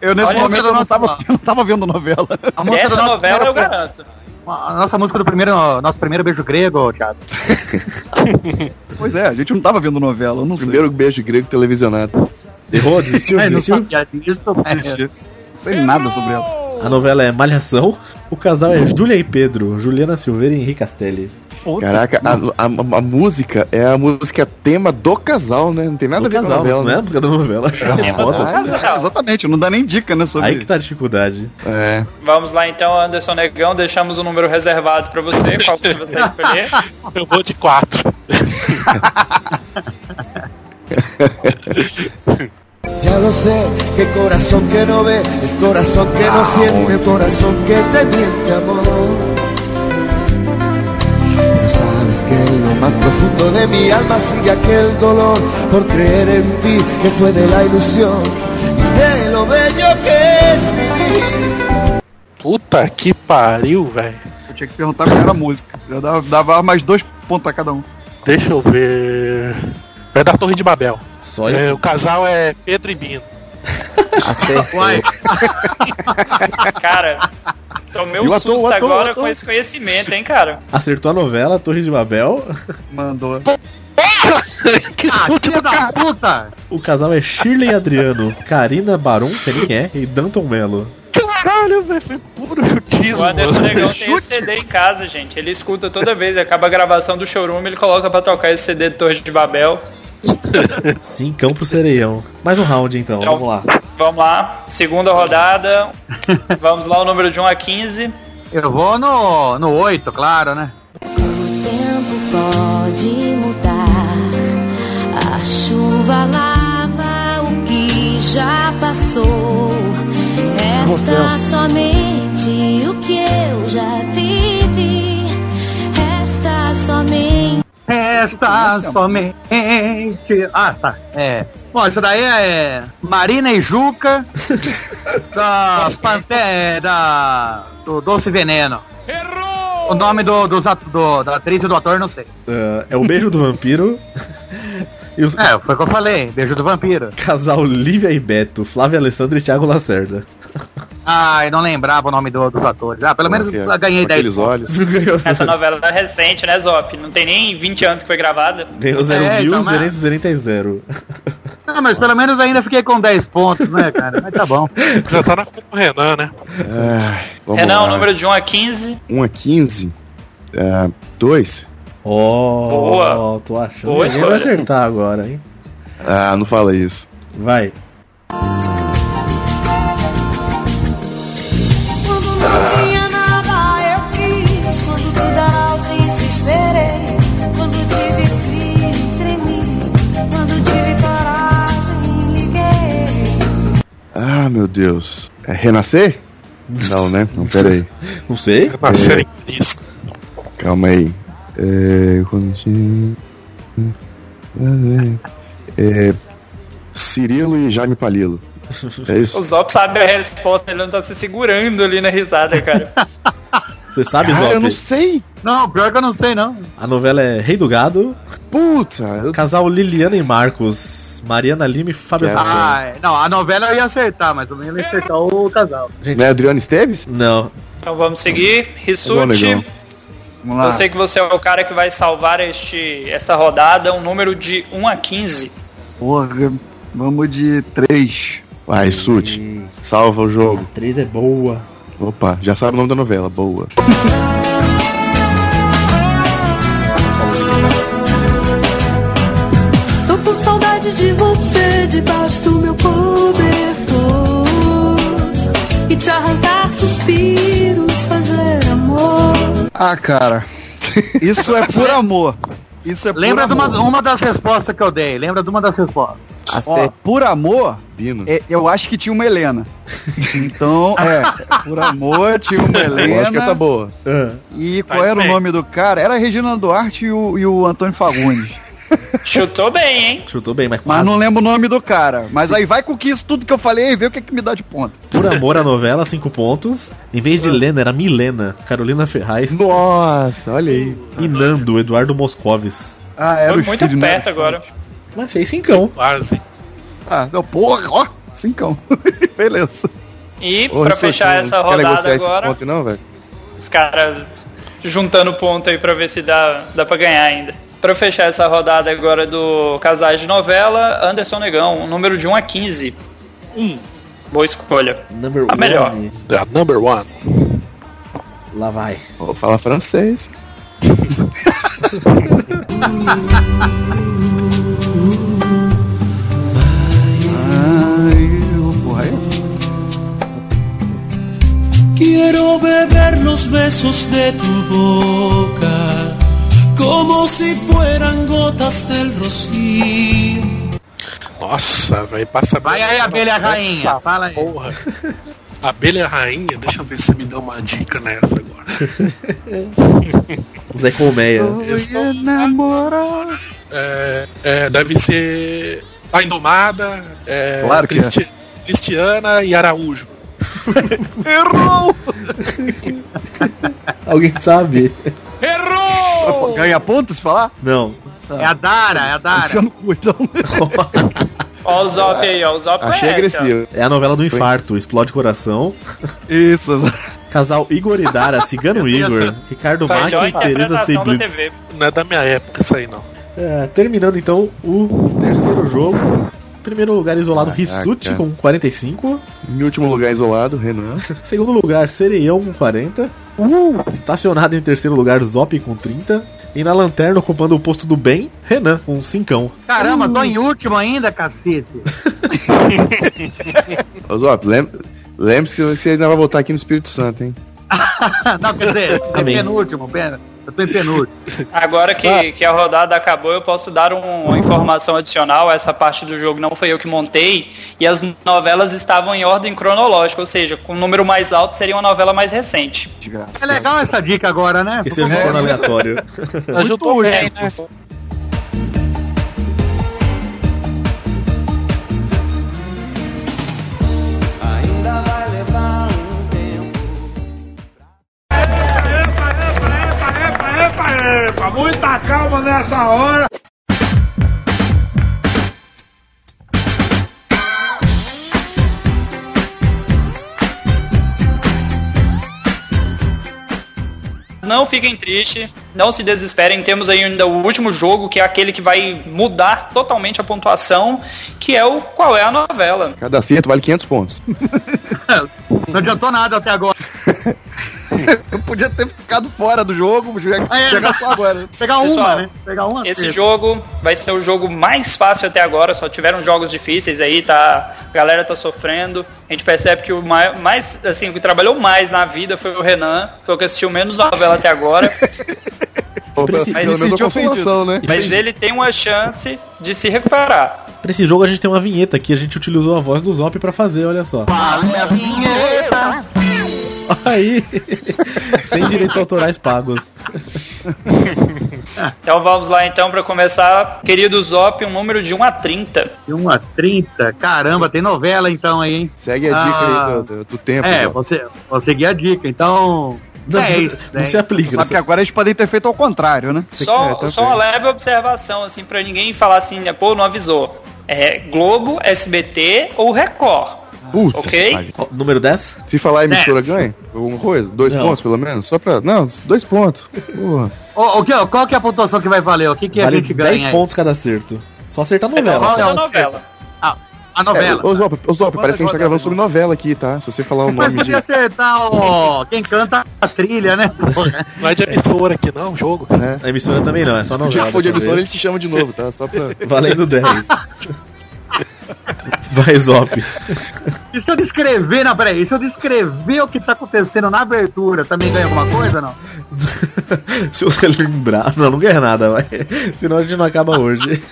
S6: Eu nesse
S1: Olha a
S6: momento
S1: música
S6: eu não
S1: do
S6: tava,
S1: nosso
S6: eu não tava vendo novela.
S4: A música
S1: Essa
S4: do nosso
S1: novela eu
S4: primeiro-
S1: garanto.
S4: a nossa música do primeiro, nosso primeiro beijo grego, Thiago.
S6: Pois é, a gente não tava vendo novela. Eu não sei.
S2: Primeiro beijo grego televisionado.
S5: Errou? Desistiu?
S4: Ai, não
S5: Desistiu?
S4: sabia disso, velho.
S6: Não sei nada sobre ela.
S5: A novela é Malhação. O casal é Júlia e Pedro, Juliana Silveira e Henrique Castelli.
S2: Caraca, a, a- a música é a música tema do casal, né? Não tem nada
S5: Do
S2: a ver com
S5: casal,
S2: novela,
S5: não é
S2: né?
S5: a música da novela. Foda.
S6: É, exatamente, não dá nem dica, né, sobre
S5: Aí que tá a dificuldade.
S2: É.
S1: Vamos lá então, Anderson Negão, deixamos o número reservado pra você, qual que você vai escolher.
S3: Eu vou de quatro.
S10: Ya lo sé, que corazón que no ve, es corazón que no siente, corazón que te miente, amor. Pero sabes que en lo más profundo de mi alma sigue aquel dolor por creer en ti, que fue de la ilusión y de lo bello que es vivir.
S3: Puta que pariu, velho.
S6: Eu tinha que perguntar qual era a música. Já dava, dava mais dois pontos a cada um.
S3: Deixa eu ver. É da Torre de Babel.
S5: Só
S3: É,
S5: isso.
S3: o casal é Pedro e Bino.
S4: Uai,
S1: Cara, tomei
S2: E
S1: um
S2: o ator,
S1: susto
S2: o ator, o
S1: agora
S2: ator.
S1: com esse conhecimento, hein, cara?
S5: Acertou a novela, Torre de Babel.
S6: Mandou.
S3: que
S4: ah,
S3: chute
S4: filha
S3: do
S4: da puta!
S5: O casal é Shirley e Adriano, Karina Baron, não sei nem quem é, e Danton Mello.
S3: caralho, velho. Foi puro
S1: O
S3: chutismo.
S1: Anderson
S3: mano.
S1: Negão tem esse CD em casa, gente. Ele escuta toda vez, acaba a gravação do showroom, ele coloca pra tocar esse CD de Torre de Babel.
S5: Cincão pro Sereião. Mais um round então,
S1: Não.
S5: vamos lá.
S1: Vamos lá, segunda rodada. Vamos lá, o número de 1 a 15.
S4: Eu vou no, no 8, claro, né?
S11: O tempo pode mudar. A chuva lava o que já passou. Resta somente o que eu já vivi. Resta somente.
S4: Resta somente. Ah, tá. É. Bom, isso daí é Marina e Juca da Pante- é, da do Doce Veneno. Errou! O nome do, dos at- do- da atriz e do ator, não sei.
S5: Ah, é o beijo do vampiro. E os
S4: É, foi o que eu falei. Beijo do vampiro.
S5: casal Lívia e Beto, Flávia Alessandra e Thiago Lacerda.
S4: Ai, não lembrava o nome do- dos atores. Ah, pelo menos
S2: Aquele-
S4: eu ganhei
S2: com
S4: 10
S2: Aqueles olhos.
S5: Não ganhou
S1: Essa
S5: essa-
S1: novela é recente, né, Zop? Não tem nem 20 anos que foi gravada.
S5: Ganhou
S4: É,
S5: 0 mil,
S4: então, mas-
S5: 0 e 0.
S4: Ah, mas pelo menos ainda fiquei com 10 pontos, né, cara? Mas tá bom.
S3: Já tá na frente do Renan, né?
S2: Ai, É, vamos
S1: Renan,
S2: lá. é
S1: o número de 1 a 15.
S2: 1 a 15. é, 2.
S5: Ó,
S1: Boa.
S5: tô achando.
S1: Boa
S5: que Ninguém
S1: escolha.
S5: vai acertar agora, hein?
S2: ah, não fala isso.
S5: Vai.
S11: Quando não tinha nada eu quis, quando tudo era ausência esperei, quando tive frio tremi, quando tive coragem
S2: Ah, Deus. É renascer? Não, né? Não, peraí.
S5: Não sei.
S3: Renascer em Cristo.
S2: Calma aí. É. quando- É, Cirilo e Jaime Palilo. É
S1: O
S2: isso?
S1: Zop sabe a resposta, ele não tá se segurando ali na risada, cara.
S5: Você sabe,
S1: Cara,
S5: Zop?
S1: eu não
S2: sei.
S4: Não, pior que eu não sei, não.
S5: A novela é Rei do Gado.
S2: Puta!
S5: Casal Liliana e Marcos. Mariana Lima e Fábio Assunção.
S4: Ah, não, a novela eu ia acertar, mas eu não ia acertar o casal.
S2: Não é Adriano Esteves?
S5: Não.
S1: Então vamos seguir.
S2: Bom,
S1: Rissuti,
S2: negão. lá.
S1: eu sei que você é o cara que vai salvar este, essa rodada, um número de 1 a 15.
S6: Porra, vamos de três.
S2: Vai, Sute. Salva o jogo.
S5: A 3 é boa.
S2: Opa, já sabe o nome da novela. Boa.
S11: Tô com saudade de você debaixo do meu cobertor e te arrancar suspiros, fazer amor.
S6: Ah, cara. Isso é por amor. Isso é
S4: Lembra de
S6: por
S4: uma,
S6: amor.
S4: uma das respostas que eu dei? Lembra de uma das respostas?
S6: Ó, por amor, é, eu acho que tinha uma Helena. Então, é, por amor, tinha uma Helena.
S2: Lógica tá boa.
S6: E qual era o nome do cara? Era a Regina Duarte e o, e o Antônio Fagundes.
S1: Chutou bem, hein?
S5: Chutou bem, mas
S6: Mas
S5: quase.
S6: não lembro o nome do cara. Mas aí vai com que isso tudo que eu falei e vê o que, é que me dá de ponta.
S5: Por amor à novela, 5 pontos. Em vez de Lena, era Milena, Carolina Ferraz.
S2: Nossa, olha aí.
S5: E Nando, Eduardo Moscovis.
S6: Ah, era
S1: Foi
S6: os
S1: muito
S6: filhos, né?
S1: perto agora.
S5: Mas fez cincão.
S3: Quase.
S6: Ah, não, porra, ó, cincão. Beleza.
S1: E pra
S2: Ô, Rissuti,
S1: fechar
S2: não
S1: essa
S2: quer
S1: rodada
S2: negociar esse
S1: agora,
S2: ponto, não, velho?
S1: os caras juntando ponto aí pra ver se dá, dá pra ganhar ainda. Pra fechar essa rodada agora do Casais de Novela, Anderson Negão, um número de 1 a 15. 1. Boa escolha.
S5: Number
S1: A melhor.
S3: Da number one.
S5: Lá vai.
S2: Vou falar francês.
S12: Quiero beber los besos de tu boca como si fueran gotas del rocío.
S3: Nossa, vai passa
S4: Vai aí, abelha é rainha, fala aí.
S3: Porra. Abelha rainha, deixa eu ver se me dá uma dica nessa agora.
S5: Zé Colmeia.
S6: Estou namorar.
S3: É, é, deve ser a Indomada, é,
S6: Claro que é.
S3: Cristi- Cristiana e Araújo.
S6: Errou!
S5: Alguém sabe?
S1: Errou!
S6: Ganha pontos falar?
S5: Não.
S4: É a Dara, é a Dara.
S6: Enfia no cu, então.
S1: Ó o Zop aí, ó. O Zop
S2: Achei
S1: conhece, ó.
S2: agressivo.
S5: É a novela do infarto, Explode Coração.
S6: Isso.
S5: Casal Igor e Dara, Cigano Igor, Ricardo
S1: Foi a
S5: Mack
S1: melhor
S5: e Teresa
S1: Tá interpretação da
S5: Sibli.
S1: TV.
S3: Não é da minha época isso aí, não.
S5: É, terminando então o terceiro jogo. Primeiro lugar isolado, Rissuti com 45.
S2: Em último lugar isolado, Renan.
S5: Segundo lugar, Sereião com 40. Estacionado em terceiro lugar, Zop com 30. E na lanterna, ocupando o posto do bem, Renan com 5.
S4: Caramba, tô em último ainda, cacete.
S2: Ô, Zop, lem- lembre-se que você ainda vai voltar aqui no Espírito Santo, hein?
S4: Não, quer dizer, é
S5: Amém.
S4: penúltimo, pena. Eu tô em penúltimo.
S1: Agora que, que a rodada acabou, eu posso dar um- uma informação adicional. Essa parte do jogo não foi eu que montei. E as novelas estavam em ordem cronológica, ou seja, com o número mais alto seria uma novela mais recente.
S6: De graça.
S4: É legal essa dica agora, né?
S5: Esqueceu de pôr no é um aleatório.
S3: Ajudou bem, né?
S1: Não fiquem tristes, não se desesperem. Temos aí ainda o último jogo, que é aquele que vai mudar totalmente a pontuação, que é o Qual é a Novela.
S2: Cada acerto vale 500 pontos.
S4: Não adiantou nada até agora.
S6: Eu podia ter ficado fora do jogo,
S4: é,
S6: chegar só agora.
S4: Pegar uma,
S1: Pessoal,
S4: né? Pegar uma.
S1: Esse
S4: acerto.
S1: jogo vai ser o jogo mais fácil até agora, só tiveram jogos difíceis aí, tá? A galera tá sofrendo. A gente percebe que o mai- mais, assim, o que trabalhou mais na vida foi o Renan, foi o que assistiu menos novela até agora.
S2: Pelo
S5: Preci-
S2: menos
S6: Me
S2: uma
S6: senti ofendido.
S2: consolação, né?
S1: mas ele tem uma chance de se recuperar.
S5: Pra esse jogo a gente tem uma vinheta aqui, a gente utilizou a voz do Zop pra fazer, olha só. Aí, sem direitos autorais pagos.
S1: Então vamos lá então para começar. Querido Zop, um número de 1 a 30.
S4: De 1 a 30? Caramba, tem novela então aí, hein?
S2: Segue a dica
S1: Ah.
S2: aí do, do- do tempo.
S4: É,
S2: Zop.
S4: você, vou seguir a dica, então. né?
S2: Não,
S4: dez,
S2: não
S4: dez.
S2: se
S5: é-
S2: aplica,
S6: Sabe que agora eles podem ter feito ao contrário, né?
S1: Só, só uma leve observação, assim, para ninguém falar assim, né, pô, não avisou. É Globo, SBT ou Record.
S2: Puta
S1: Ok.
S2: que pariu.
S5: Número 10?
S2: Se falar emissora ganha, alguma coisa? Dois
S4: Não.
S2: pontos pelo menos? Só pra. Não, dois pontos. Porra.
S4: Ô, ô, Kel, qual que é a pontuação que vai valer? O que, que
S5: vale
S4: a gente ganha?
S5: 10
S4: aí?
S5: pontos cada acerto. Só acertar a
S4: Então,
S5: novela.
S4: qual é
S5: só.
S4: o novela. Ah, a
S2: É,
S4: novela.
S2: ô Zop, ô, Zop parece que a gente tá gravando sobre novela aqui, tá? Se você falar o
S4: Mas
S2: nome de.
S4: podia acertar o... quem canta a trilha, né?
S3: Não é de emissora aqui não, jogo.
S5: A emissora também não, é só novela.
S2: Já for de
S5: dessa
S2: emissora,
S5: vez.
S2: ele te chama de novo, tá? Só pra.
S5: Valendo 10. Vai, Zop.
S4: E se eu descrever, não, peraí, e se eu descrever o que tá acontecendo na abertura, também ganha alguma coisa, não?
S5: Se você lembrar. Não, não ganha nada, vai. Senão a gente não acaba hoje.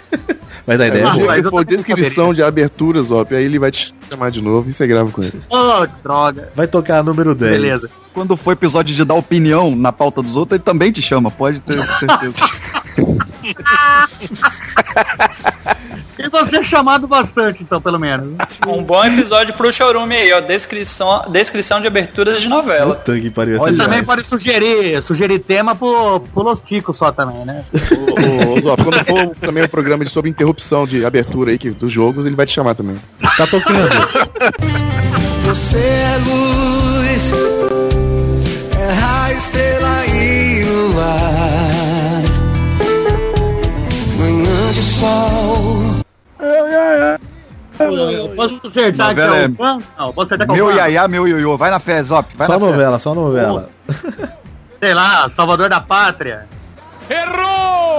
S5: Mas a ideia é
S2: o dia
S5: boa.
S2: que for descrição de abertura, Zop, aí ele vai te chamar de novo e você grava com ele.
S4: Oh, droga.
S5: Vai tocar número 10.
S6: Beleza. Quando for episódio de dar opinião na pauta dos outros, ele também te chama, pode ter certeza.
S4: E você é chamado bastante, então, pelo menos.
S1: Um bom episódio pro Chorume aí, ó. Descrição, descrição de aberturas de novela.
S5: Puta que pariu,
S4: Olha,
S5: essa
S4: também
S5: demais.
S4: pode sugerir, sugerir tema pro, pro Los Ticos só também, né?
S2: Ô, ô, Zop, quando for também o programa de sobre interrupção de abertura aí que, dos jogos, ele vai te chamar também.
S5: Tá tocando.
S10: Você é luz, é raio, estrela e o ar. Manhã de sol.
S4: Eu posso acertar que
S6: Novela
S4: é
S6: é-
S4: o fã? Não, posso acertar que é o
S6: meu
S4: fã?
S6: iaiá, meu ioiô. Vai na fé, Zop. Vai na
S5: Só
S6: fé.
S5: novela, só novela.
S4: Sei lá, Salvador da Pátria.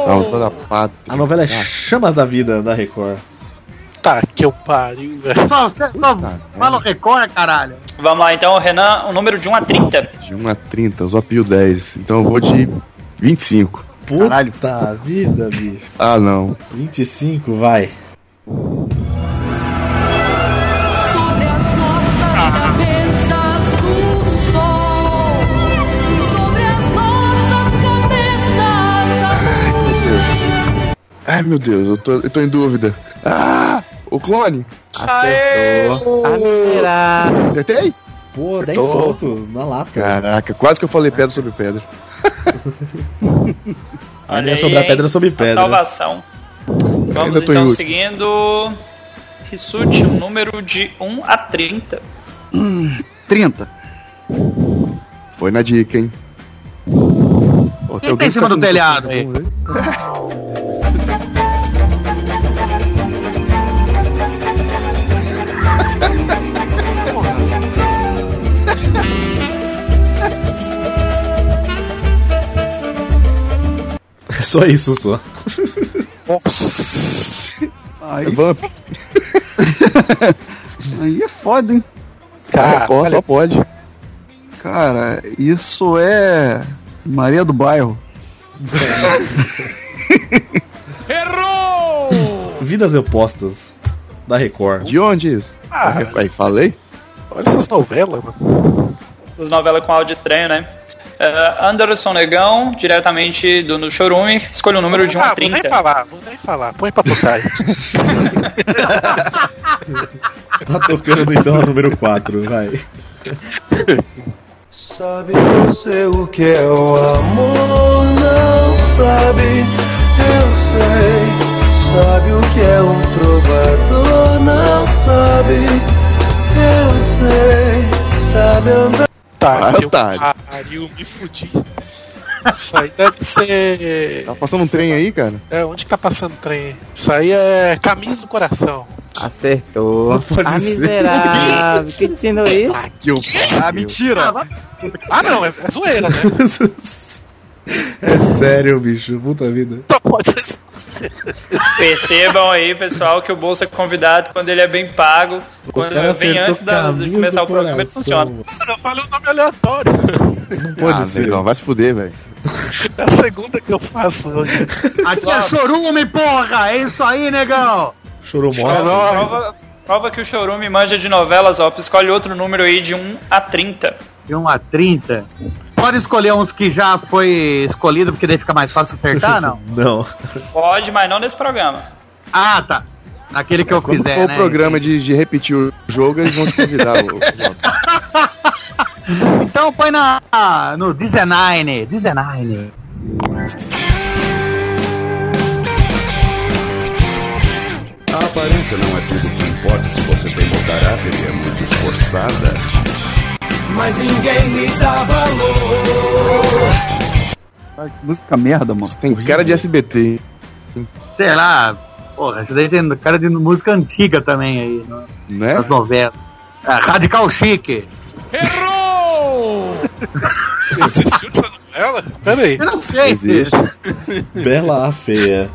S2: Não, Tá, toda pata.
S5: A novela é Chamas da Vida, da Record.
S3: Tá, que eu pariu, velho.
S4: Só, só fala o Record, caralho.
S1: Vamos lá então, Renan, o número de 1 a 30.
S2: De 1 a 30, Zop e o 10. Então eu vou de 25.
S5: Puta vida, bicho.
S2: Ah, não.
S5: 25, vai.
S11: Sobre as nossas cabeças o
S12: um
S11: sol. Sobre as nossas cabeças a luz.
S2: Ai, meu Deus, eu tô, eu tô em dúvida. Ah, o clone. Acertou. Acertei?
S5: Pô, 10
S2: Tô.
S5: pontos na lata.
S2: Caraca, quase que eu falei pedra sobre pedra.
S5: Olha
S1: aí,
S5: sobre a
S1: hein?
S5: pedra sobre
S1: A
S5: pedra.
S1: salvação. Vamos
S2: Ainda tô em
S1: então
S2: último.
S1: seguindo. Rissuti, um número de 1 a 30.
S6: 30.
S2: Foi na dica, hein? Ó,
S4: Quem tá em cima do
S2: com-
S4: telhado aí?
S5: É só isso, só.
S2: um
S6: Aí,
S2: Vamp.
S6: aí é foda, hein?
S2: Cara, ó, só pode.
S6: Cara, isso é. Maria do Bairro.
S5: Vidas opostas da Record.
S2: De onde é isso?
S3: Ah.
S2: Aí falei?
S3: Olha essas novelas, mano.
S1: As novelas com áudio estranho, né? Eh, Anderson Negão, diretamente do no Chorume, escolha o número de 1
S3: Ah,
S1: a
S3: vou nem
S1: 30.
S3: falar, vou nem falar. Põe pra botar aí.
S5: Tá tocando então a número 4, vai.
S10: Sabe você o que é o amor? Não sabe, eu sei. Sabe o que é um trovador? Não sabe, eu sei. Sabe andar.
S3: Tá,
S2: Ah,
S3: que eu
S2: otário.
S3: pariu, me fudi. Isso aí deve ser.
S2: Tá passando um trem aí, cara?
S3: É, onde que tá passando o trem? Isso aí é Caminhos do Coração.
S9: Acertou.
S5: pode
S9: ah,
S5: ser.
S9: miserável. Quem te ensinou isso?
S2: Que eu...
S6: Ah, mentira!
S3: Ah, não, é, é zoeira, né?
S5: É sério, bicho. Puta vida.
S3: Só pode ser.
S1: Percebam aí, pessoal, que o bolso é convidado quando ele é bem pago. Quando
S5: cara
S1: vem
S5: acertou
S1: antes da- de
S5: Caminho
S1: começar
S5: do
S1: o programa, ele
S5: Coração.
S1: funciona.
S3: Eu falei o nome aleatório.
S5: Não pode
S2: ah,
S5: ser.
S2: Negão, vai se fuder, velho.
S3: É a segunda que eu faço hoje.
S4: Aqui é chorume, porra! É isso aí, negão!
S5: Chorou
S1: Prova, prova que o Chorume manja de novelas, ó. Escolhe outro número aí de 1 a 30.
S4: De 1 a 30. Pode escolher uns que já foi escolhido, porque daí fica mais fácil acertar, não?
S5: Não.
S1: Pode, mas não nesse programa.
S4: Ah, tá. Naquele que eu
S2: Quando
S4: fizer,
S2: for
S4: né?
S2: o programa de, de repetir o jogo, eles vão te convidar. ô- ô-
S4: Então põe na, no 19. 19.
S13: A aparência não é tudo que importa se você tem bom caráter e é muito esforçada.
S12: Mas ninguém me dá valor.
S2: Ai, que música merda, mano. Tem cara de SBT.
S4: Sei lá. Porra, isso daí tem cara de música antiga também aí.
S2: Né?
S4: As novelas. Ah, Radical Chique.
S3: Errou! Existiu essa novela? Peraí.
S4: Eu não sei.
S5: Existe. Bela a feia.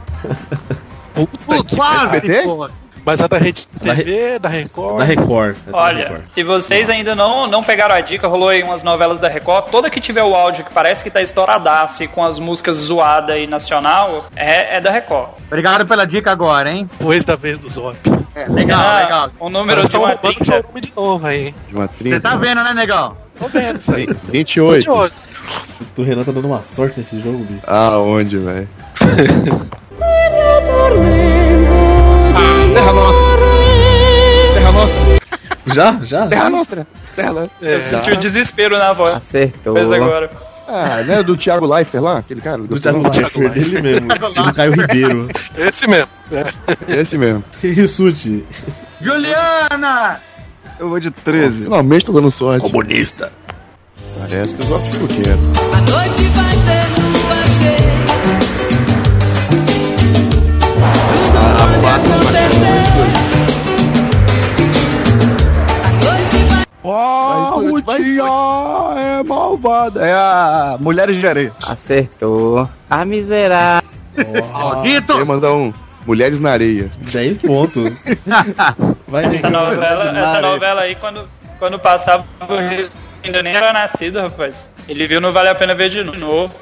S4: Puta,
S3: quase,
S5: SBT?
S4: porra.
S3: Mas a da Rede TV, da Record.
S5: Da Record. Essa é da
S1: Olha,
S5: Record.
S1: se vocês ainda não, não pegaram a dica, rolou aí umas novelas da Record. Toda que tiver o áudio que parece que tá estouradaço e com as músicas zoada e nacional, é, é da Record.
S4: Obrigado pela dica agora, hein?
S3: Depois da vez do Zop.
S4: É, legal,
S1: Ah,
S4: legal.
S1: O número de um
S3: Estão
S1: uma
S3: roubando o
S1: 30.
S3: Chorume de novo aí.
S2: De uma
S4: Você
S2: 30.
S4: tá vendo, né, negão?
S3: Tô vendo isso aí.
S2: tá- 28.
S5: O Renan tá dando uma sorte nesse jogo, bicho.
S2: Aonde, velho?
S4: Terra
S2: Nostra. Ah, Terra Nostra.
S5: Já? Já?
S2: Terra Nostra. Terra
S3: É,
S2: Nostra.
S1: Eu senti é o desespero na voz.
S9: Acertou.
S1: Mas agora.
S2: Ah, não era do Thiago Leifert lá? Aquele cara? Do,
S5: Thiago Leifert, dele mesmo. Do Caio Ribeiro.
S3: Esse mesmo.
S2: Esse mesmo.
S5: Rissuti.
S4: Juliana!
S2: Eu vou de 13. Finalmente tô tá dando sorte.
S5: Comunista.
S2: Parece que eu só fico quieto.
S12: A noite vai ter lua cheia.
S14: Ah,
S12: Tudo pode acontecer. A noite vai
S2: Oh, tia é malvada. É a Mulheres de Areia.
S9: Acertou. A miserável.
S4: Maldito!
S2: Eu ia mandar um. Mulheres na Areia.
S5: 10 pontos. Vai
S1: Essa
S5: Negão.
S1: novela, essa
S5: Maravilha.
S1: novela aí, quando, quando passava, o Riso ainda nem era nascido, rapaz. Ele viu, não vale a pena ver de novo.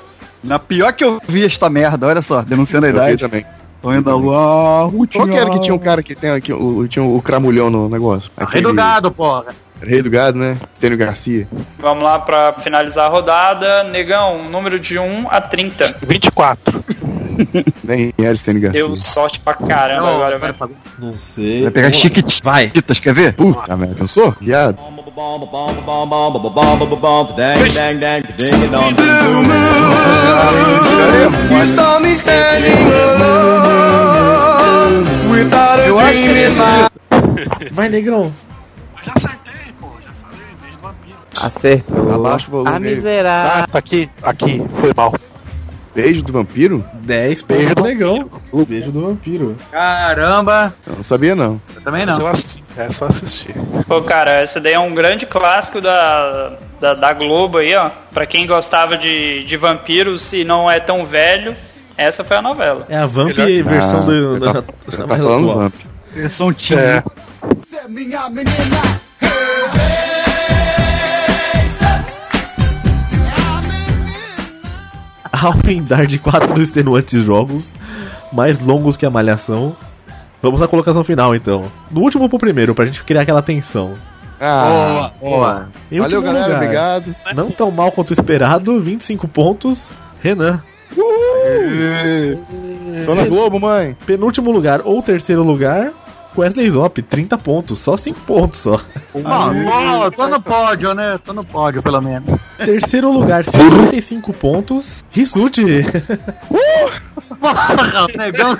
S6: Na pior que eu vi esta merda, olha só, denunciando a
S2: Eu
S6: idade.
S2: vi também.
S6: Tô indo lá,
S2: Qual que era que tinha um
S6: um...
S2: cara que tem aqui, o, tinha um, o cramulhão no negócio?
S4: É Rei do gado, porra.
S2: Rei do gado, né? Tênio Garcia.
S1: Vamos lá pra finalizar a rodada. Negão, um número de 1 a 30.
S3: 24.
S2: Nem era Tênio Garcia.
S1: Deu sorte pra caramba
S4: Não, é
S1: agora, velho.
S5: Não sei.
S2: Vai pegar
S5: Vamos lá.
S2: chiquititas,
S5: Vai.
S6: quer ver?
S2: Puta merda, pensou? Viado.
S13: Eu acho que ele
S5: Vai, negão.
S9: Acertou.
S2: Abaixa o volume.
S9: A
S2: aí.
S9: miserável.
S3: Ah, tá aqui. Aqui. Foi mal.
S2: Beijo do vampiro?
S5: 10 pontos pro negão. Beijo do vampiro.
S4: Caramba!
S2: Eu Não sabia, não.
S4: Eu também
S3: Só
S4: não.
S3: assisti. É só assistir.
S1: Pô, cara, essa daí é um grande clássico da, da, da Globo aí, ó. Pra quem gostava de, de vampiros e não é tão velho, essa foi a novela.
S5: É a Vamp versão
S2: Ah,
S5: do.
S2: você
S5: da-
S2: tá-
S5: da-
S2: você
S5: da-
S2: tá
S5: mais
S2: falando
S5: atual.
S2: vamp.
S6: Versão teen.
S3: É.
S10: Minha menina,
S5: Ao findar de quatro extenuantes jogos, mais longos que a malhação. Vamos à colocação final então. Do último pro primeiro, pra gente criar aquela tensão.
S2: Ah,
S4: Boa.
S5: Em
S2: valeu,
S5: último
S2: galera.
S5: lugar,
S2: Obrigado.
S5: Não tão mal quanto esperado, 25 pontos. Renan.
S2: Tô na Globo, mãe.
S5: Penúltimo lugar ou terceiro lugar, Wesley Zop, 30 pontos. Só 5 pontos só.
S4: Bom, bom, tô no pódio, né? Tô no pódio, pelo menos.
S5: Terceiro lugar, 55 pontos. Rissuti.
S4: Porra, o negão.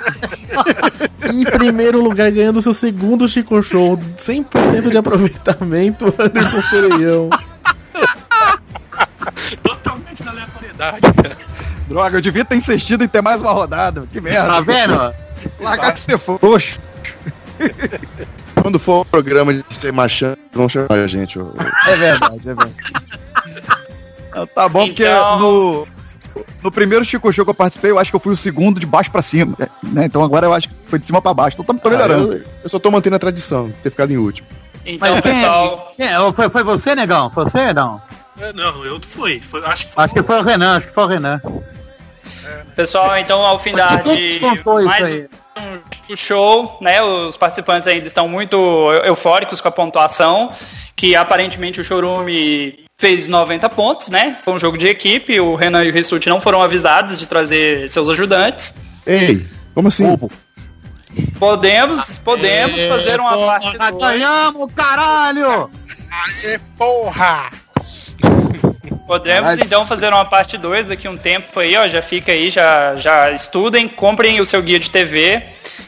S5: Em primeiro lugar, ganhando seu segundo Chico Show, 100% de aproveitamento, Anderson Sereião.
S3: Totalmente na aleatoriedade.
S6: Droga, eu devia ter insistido em ter mais uma rodada. Que
S4: Tá
S6: merda.
S4: vendo?
S6: Largar de ser frouxo.
S2: Quando for o programa de ser machão, vão chamar a gente. ô.
S6: É verdade, é verdade. Então, tá bom, porque
S1: Então-
S6: no, no primeiro Chico Show que eu participei, eu acho que eu fui o segundo de baixo pra cima. Né? Então agora eu acho que foi de cima pra baixo. Então tô, tô
S2: Ah,
S6: melhorando.
S2: eu, eu só tô mantendo a tradição, de ter ficado em último.
S1: Então,
S4: Mas quem, é
S1: pessoal,
S4: quem é? Foi, foi você, negão? Foi você, não?
S3: É, Não, eu fui. Foi- acho que foi.
S4: Acho que foi o Renan, acho que foi o Renan.
S1: pessoal, então ao findar
S4: Quem é
S1: de
S4: contou isso
S1: mais
S4: aí?
S1: um Chico Show, né? Os participantes ainda estão muito eufóricos com a pontuação, que aparentemente o Chorume fez 90 pontos, né? Foi um jogo de equipe, o Renan e o Rissuti não foram avisados de trazer seus ajudantes.
S2: Ei, como assim?
S1: Podemos, podemos
S6: É,
S4: Aê,
S1: fazer uma
S4: porra,
S1: parte
S6: tá
S4: nós ganhamos, caralho!
S3: Aê, porra!
S1: Podemos
S4: Caralho.
S1: então fazer uma parte 2 daqui a um tempo aí, ó. Já fica aí, já, já estudem, comprem o seu guia de TV,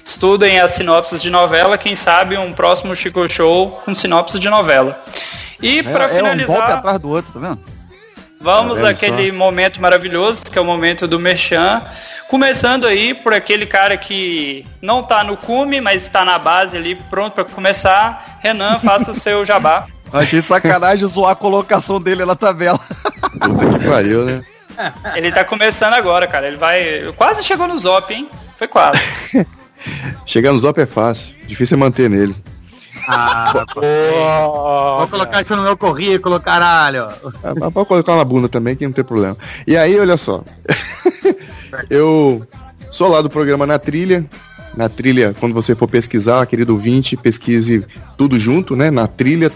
S1: estudem as sinopses de novela, quem sabe um próximo Chico Show com sinopses de novela. E pra
S6: é, é um golpe
S1: finalizar,
S6: atrás do outro, tá vendo?
S1: vamos
S6: Olha
S1: àquele momento maravilhoso, que é o momento do Merchan. Começando aí por aquele cara que não tá no cume, mas está na base ali, pronto pra começar. Renan, faça o seu jabá.
S6: Eu achei sacanagem zoar a colocação dele na tabela.
S2: Puta que pariu, né?
S1: Ele tá começando agora, cara. Ele vai. Quase chegou no Zop, hein? Foi quase.
S2: Chegar no Zop é fácil. Difícil é manter nele.
S4: Ah, Vou colocar isso no meu currículo, caralho.
S2: Ah, mas Pode colocar na bunda também, que não tem problema. E aí, olha só. eu sou lá do programa Na Trilha. Na Trilha, quando você for pesquisar, querido ouvinte, pesquise tudo junto, né? Na Trilha,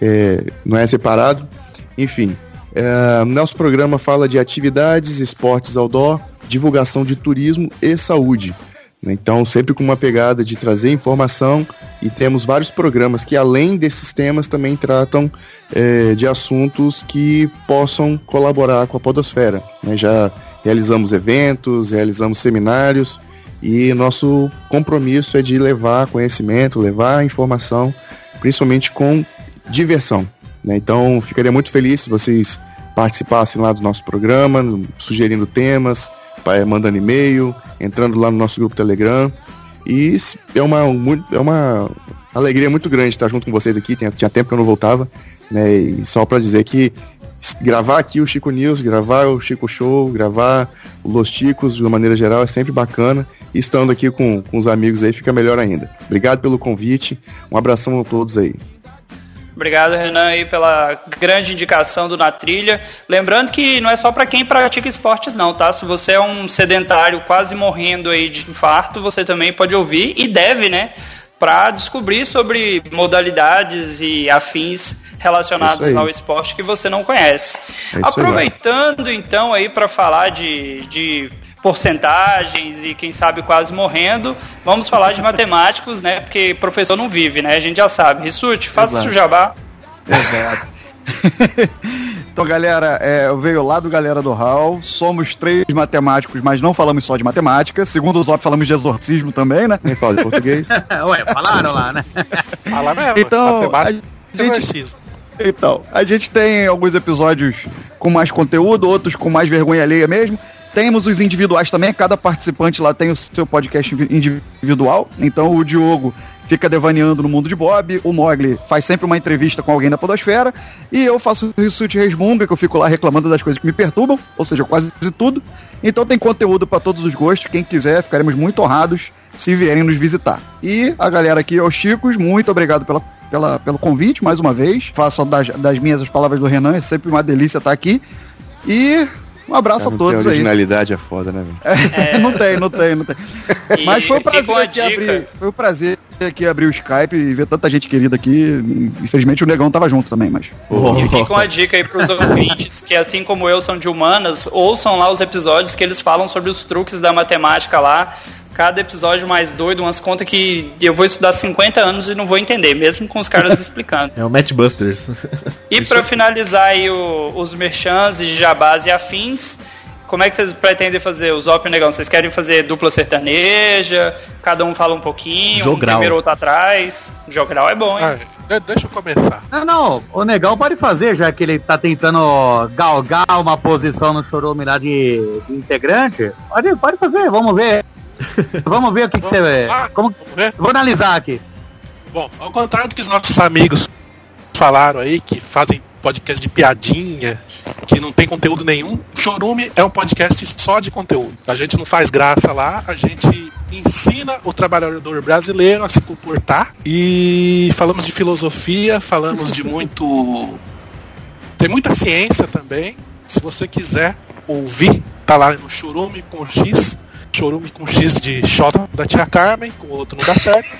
S2: é, não é separado. Enfim, é, nosso programa fala de atividades, esportes outdoor, divulgação de turismo e saúde. né? Então, sempre com uma pegada de trazer informação e temos vários programas que, além desses temas, também tratam é, de assuntos que possam colaborar com a Podosfera. né? Já realizamos eventos, realizamos seminários e nosso compromisso é de levar conhecimento, levar informação, principalmente com diversão. né? Então, ficaria muito feliz se vocês participassem lá do nosso programa, sugerindo temas, pa- eh, mandando e-mail, entrando lá no nosso grupo Telegram. E s- é uma, um mu- é uma alegria muito grande estar junto com vocês aqui. Tinha, tinha tempo que eu não voltava. Né? E só para dizer que s- gravar aqui o Chico News, gravar o Chico Show, gravar o Los Chicos de uma maneira geral é sempre bacana. E estando aqui com, com os amigos aí fica melhor ainda. Obrigado pelo convite. Um abração a todos aí.
S1: Obrigado, Renan, aí pela grande indicação do Na Trilha. Lembrando que não é só pra quem pratica esportes, não, tá? Se você é um sedentário quase morrendo aí de infarto, você também pode ouvir e deve, né? Pra descobrir sobre modalidades e afins
S2: Isso
S1: relacionados
S2: aí.
S1: ao esporte que você não conhece.
S2: É isso aí.
S1: Aproveitando então aí para falar de, de porcentagens e quem sabe quase morrendo, vamos falar de matemáticos, né? Porque professor não vive, né? A gente já sabe. Rissuti, faça
S6: Exato.
S1: seu jabá.
S6: Exato. então, galera, é, eu veio lá do Galera do Hall. Somos três matemáticos, mas não falamos só de matemática. Segundo o Zop, falamos de exorcismo também, né?
S2: Nem fala de português.
S4: Ué, falaram lá, né?
S3: Fala mesmo.
S6: Então, a
S3: É, matemática
S6: gente-
S3: precisa.
S6: Então, a gente tem alguns episódios com mais conteúdo, outros com mais vergonha alheia mesmo. Temos os individuais também, cada participante lá tem o seu podcast invi- individual. Então o Diogo fica devaneando no mundo de Bob, o Mogli faz sempre uma entrevista com alguém da podosfera, e eu faço isso de resmunga, que eu fico lá reclamando das coisas que me perturbam, ou seja, quase tudo. Então tem conteúdo para todos os gostos, quem quiser, ficaremos muito honrados se vierem nos visitar. E a galera aqui é o Chicos, muito obrigado pela, pela, pelo convite mais uma vez. Faço das, das minhas as palavras do Renan, é sempre uma delícia estar aqui. E um abraço a
S2: Cara, É, não tem
S6: todos aí.
S2: originalidade é foda, né, velho?
S6: não tem, não tem, não tem.
S1: E
S6: Mas foi um
S1: fica
S6: prazer
S1: uma
S6: aqui
S1: dica.
S6: abrir. Foi um prazer aqui abrir o Skype e ver tanta gente querida aqui. Infelizmente o negão tava junto também, mas.
S1: E fica uma dica aí pros ouvintes que, assim como eu, são de humanas, ouçam lá os episódios que eles falam sobre os truques da matemática lá. Cada episódio mais doido, umas contas que eu vou estudar 50 anos e não vou entender, mesmo com os caras explicando.
S5: É o Matchbusters.
S1: E pra finalizar aí o- os merchans e jabás e afins, como é que vocês pretendem fazer o Zop e o Negão? Vocês querem fazer dupla sertaneja? Cada um fala um pouquinho,
S4: Jogral.
S1: um primeiro outro atrás. Jogral é bom,
S3: Ah,
S1: hein?
S3: deixa eu começar.
S4: Não, não, o Negão pode fazer, já que ele tá tentando galgar uma posição no chorume lá de, de integrante. Pode, pode fazer, vamos ver. Vamos ver o que, que você vê. Como... Vou analisar aqui.
S3: Bom, ao contrário do que os nossos amigos falaram aí, que fazem podcast de piadinha, que não tem conteúdo nenhum, o Chorume é um podcast só de conteúdo. A gente não faz graça lá, a gente ensina o trabalhador brasileiro a se comportar e falamos de filosofia, falamos de muito. Tem muita ciência também. Se você quiser ouvir, tá lá no Chorume com X. chorume com X de Xota da tia Carmen, com o outro não dá certo.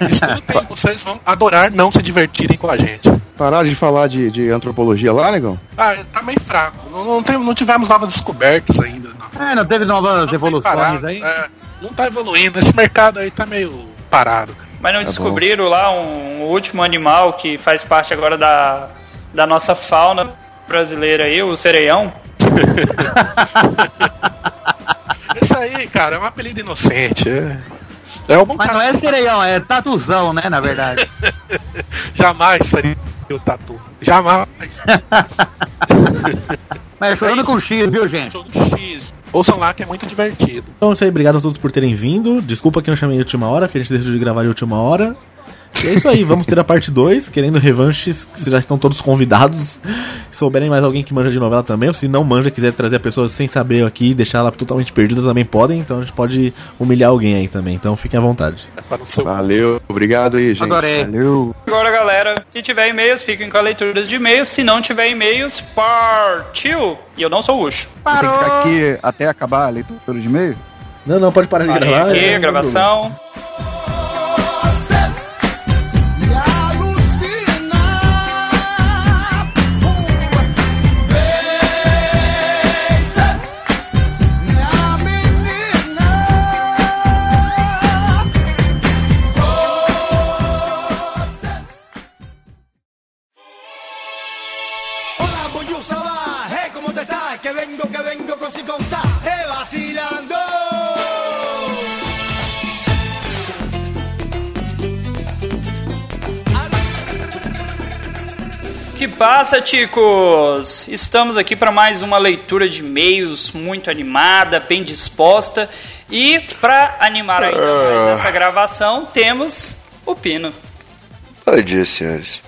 S3: Escutem, vocês vão adorar não se divertirem com a gente.
S2: Pararam de falar de, de antropologia lá, negão?
S3: Ah, tá meio fraco. Não, não, tem- não tivemos novas descobertas ainda. Não.
S4: É, não teve novas evoluções
S3: parado,
S4: aí?
S3: é. não tá evoluindo. Esse mercado aí tá meio parado. cara.
S1: Mas não
S3: Tá bom.
S1: descobriram lá um, último animal que faz parte agora da, da nossa fauna brasileira aí, o sereião?
S3: Isso aí, cara, é um apelido inocente. É.
S4: Mas não é sereião, é tatuzão, né, na verdade.
S3: Jamais seria o tatu. Jamais.
S4: Mas é chorando com X, viu, gente?
S3: X. Ouçam lá que é muito divertido.
S5: Então é isso aí, obrigado a todos por terem vindo. Desculpa que eu chamei de última hora, que a gente decidiu de gravar de última hora. E é isso aí, vamos ter a parte 2, querendo revanches, que já estão todos convidados. Se souberem mais alguém que manja de novela também, ou se não manja, quiser trazer a pessoa sem saber aqui e deixar ela totalmente perdida, também podem, então a gente pode humilhar alguém aí também, então fiquem à vontade.
S2: Valeu, obrigado aí, gente.
S1: Adorei.
S2: Valeu.
S1: Agora, galera, se tiver e-mails, fiquem com a leitura de e-mails. Se não tiver e-mails, partiu! E eu não sou Ucho.
S6: Tem que ficar aqui até acabar a leitura de e-mail?
S5: Não, não, pode parar né?
S1: Parei
S5: é,
S1: aqui, gravação.
S10: Hola, Boyusaba, hey, ¿cómo te estás? Que vengo, que vengo, con si con sa, eh, vacilando.
S1: Que passa, ticos? Estamos aqui para mais uma leitura de e-mails muito animada, bem disposta. E para animar ainda mais essa gravação, temos o Pino.
S14: Bom dia, senhores.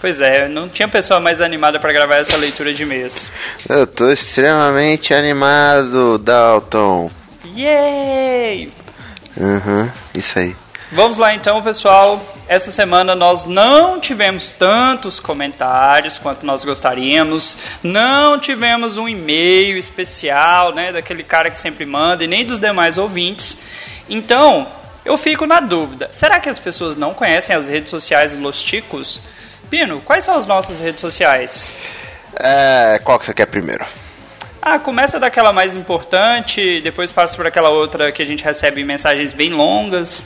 S1: Pois é, não tinha pessoa mais animada para gravar essa leitura de e-mails.
S14: Eu tô extremamente animado, Dalton.
S1: Yay!
S14: Aham, isso aí.
S1: Vamos lá então, pessoal. Essa semana nós não tivemos tantos comentários quanto nós gostaríamos. Não tivemos um e-mail especial, né, daquele cara que sempre manda e nem dos demais ouvintes. Então, eu fico na dúvida. Será que as pessoas não conhecem as redes sociais do Los Ticos? Pino, quais são as nossas redes sociais?
S14: É, qual que você quer primeiro?
S1: Ah, começa daquela mais importante, depois passa por aquela outra que a gente recebe mensagens bem longas.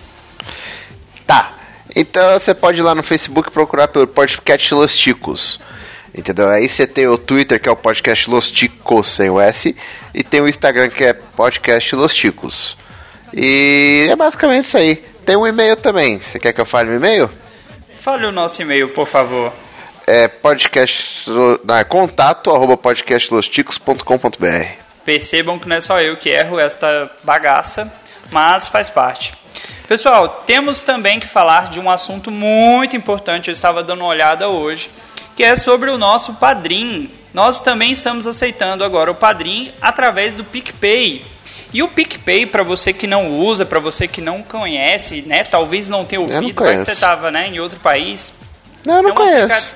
S14: Tá. Então você pode ir lá no Facebook procurar pelo podcast Los Ticos. Entendeu? Aí você tem o Twitter, que é o podcast Los Ticos sem o S, e tem o Instagram, que é podcast Los Ticos. E é basicamente isso aí. Tem um e-mail também. Você quer que eu fale o e-mail?
S1: Fale o nosso e-mail, por favor.
S14: É podcast. Não, é contato arroba podcastlosticos.com.br.
S1: Percebam que não é só eu que erro esta bagaça, mas faz parte. Pessoal, temos também que falar de um assunto muito importante, eu estava dando uma olhada hoje, que é sobre o nosso Padrim. Nós também estamos aceitando agora o Padrim através do PicPay. E o PicPay, para você que não usa, para você que não conhece, né, talvez não tenha
S14: não
S1: ouvido, vai que você
S14: conheço.
S1: estava né, em outro país,
S14: Não, eu não
S1: É um
S14: conheço.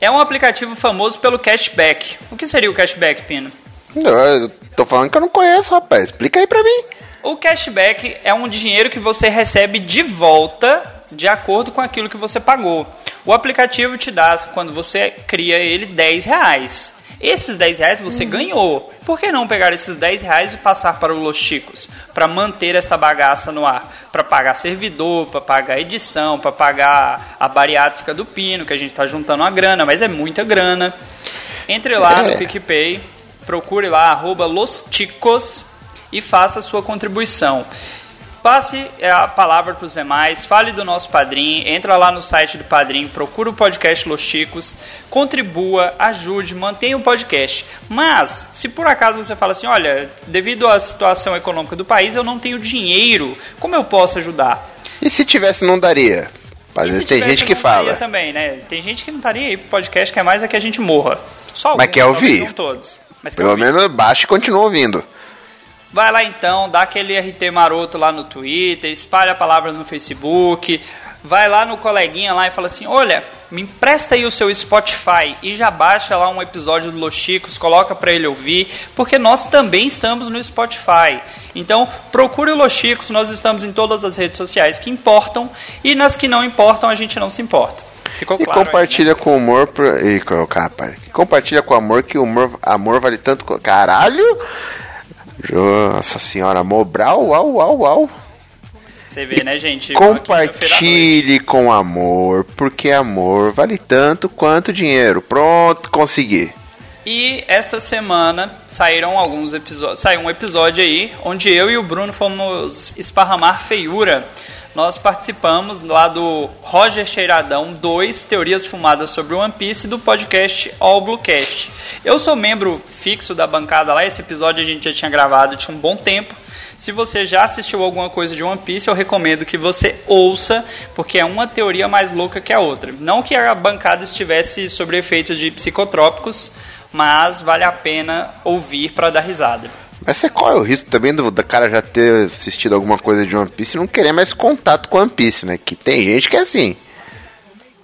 S1: é um aplicativo famoso pelo cashback. O que seria o cashback, Pino?
S14: Não, eu tô falando que eu não conheço, rapaz. Explica aí pra mim.
S1: O cashback é um dinheiro que você recebe de volta de acordo com aquilo que você pagou. O aplicativo te dá, quando você cria ele, 10 reais. Esses 10 reais você ganhou. Por que não pegar esses 10 reais e passar para o Los Chicos? Para manter esta bagaça no ar. Para pagar servidor, para pagar edição, para pagar a bariátrica do Pino, que a gente está juntando uma grana, mas é muita grana. Entre lá
S14: É.
S1: no PicPay, procure lá, arroba Los Chicos, e faça a sua contribuição. Passe é, a palavra para os demais, fale do nosso padrinho, entra lá no site do padrinho, procura o podcast Los Chicos, contribua, ajude, mantenha o podcast. Mas, se por acaso você fala assim, olha, devido à situação econômica do país, eu não tenho dinheiro, como eu posso ajudar?
S14: E se tivesse, não daria. Às vezes tem
S1: tiver,
S14: gente
S1: você
S14: que
S1: não estaria
S14: fala.
S1: Também, né? Tem gente que não estaria aí pro podcast, quer mais é que a gente morra. Só
S14: Mas
S1: alguns,
S14: quer
S1: talvez
S14: ouvir.
S1: Não todos. Mas quer
S14: Pelo
S1: ouvir.
S14: menos baixa e continua ouvindo.
S1: Vai lá então, dá aquele RT maroto lá no Twitter, espalha a palavra no Facebook, vai lá no coleguinha lá e fala assim: olha, me empresta aí o seu Spotify e já baixa lá um episódio do Los Chicos, coloca para ele ouvir, porque nós também estamos no Spotify. Então, procure o Los Chicos, nós estamos em todas as redes sociais que importam e nas que não importam a gente não se importa. Ficou
S14: E
S1: claro? aí, né?
S14: compartilha com humor. pro- E, com- rapaz, compartilha com amor que o humor, amor vale tanto. co- Caralho! Nossa senhora, Mobral, uau, uau, uau.
S1: Você vê, né, gente?
S14: Compartilhe com amor, porque amor vale tanto quanto dinheiro. Pronto, consegui.
S1: E esta semana saíram alguns episódios. Saiu um episódio aí onde eu e o Bruno fomos esparramar feiura. Nós participamos lá do Roger Cheiradão 2, Teorias Fumadas sobre One Piece, do podcast All Bluecast. Eu sou membro fixo da bancada lá, esse episódio a gente já tinha gravado tinha um bom tempo. Se você já assistiu alguma coisa de One Piece, eu recomendo que você ouça, porque é uma teoria mais louca que a outra. Não que a bancada estivesse sobre efeitos de psicotrópicos, mas vale a pena ouvir para dar risada.
S14: Mas você corre o risco também do, do cara já ter assistido alguma coisa de One Piece e não querer mais contato com One Piece, né? Que tem gente que é assim.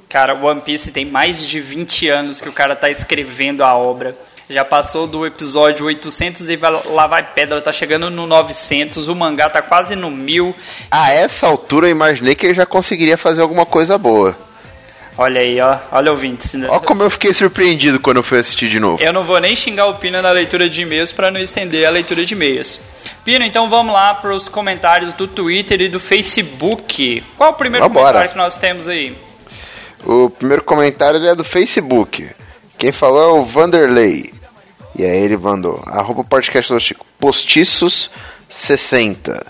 S1: Cara, One Piece tem mais de 20 anos que o cara tá escrevendo a obra. Já passou do episódio 800 e vai- lá vai pedra, tá chegando no 900, o mangá tá quase no 1000.
S14: A essa altura eu imaginei que ele já conseguiria fazer alguma coisa boa.
S1: Olha aí, ó, olha ouvintes.
S14: Olha como eu fiquei surpreendido quando eu fui assistir de novo.
S1: Eu não vou nem xingar o Pina na leitura de e-mails para não estender a leitura de e-mails. Pina, então vamos lá para os comentários do Twitter e do Facebook. Qual o primeiro
S14: Vambora.
S1: comentário que nós temos aí?
S14: O primeiro comentário ele é do Facebook. Quem falou é o Vanderlei. E aí ele mandou. Arroba podcast do Chico. Postiços 60.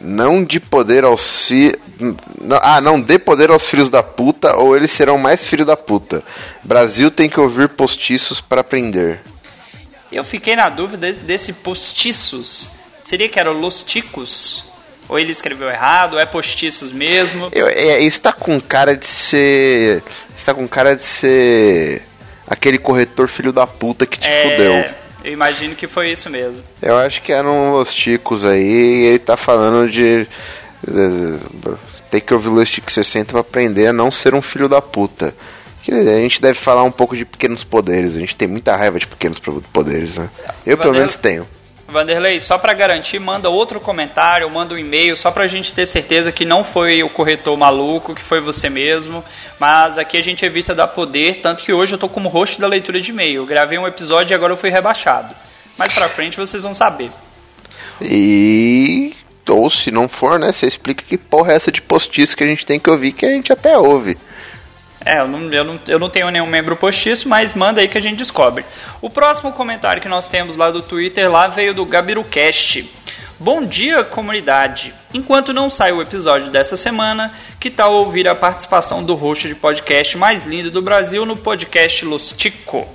S14: Não de poder aos fi... não- Ah, não dê poder aos filhos da puta ou eles serão mais filhos da puta. Brasil tem que ouvir postiços para aprender.
S1: Eu fiquei na dúvida desse- desse postiços. Seria que era o Los Ticos? Ou ele escreveu errado, ou é postiços mesmo?
S14: Eu, é, isso tá com cara de ser. Isso tá com cara de ser. Aquele corretor filho da puta que te
S1: É.
S14: fudeu.
S1: eu imagino que foi isso mesmo.
S14: Eu acho que eram os Ticos aí, e ele tá falando de. eh, Tem que ouvir o Tico 60 pra aprender a não ser um filho da puta. Que a gente deve falar um pouco de pequenos poderes, a gente tem muita raiva de pequenos pro- poderes, né? Eu pelo
S1: Valeu.
S14: menos tenho.
S1: Vanderlei, só para garantir, manda outro comentário, manda um e-mail, só pra gente ter certeza que não foi o corretor maluco, que foi você mesmo. Mas aqui a gente evita dar poder, tanto que hoje eu tô como host da leitura de e-mail. Eu Gravei um episódio e agora eu fui rebaixado. Mais pra frente vocês vão saber.
S14: E. Ou se não for, né? Você explica que porra é essa de postiço que a gente tem que ouvir, que a gente até ouve.
S1: É, eu não, eu, não, eu não tenho nenhum membro postiço, mas manda aí que a gente descobre. O próximo comentário que nós temos lá do Twitter lá veio do GabiruCast. Bom dia, comunidade! Enquanto não sai o episódio dessa semana, que tal ouvir a participação do host de podcast mais lindo do Brasil no podcast Los Tico?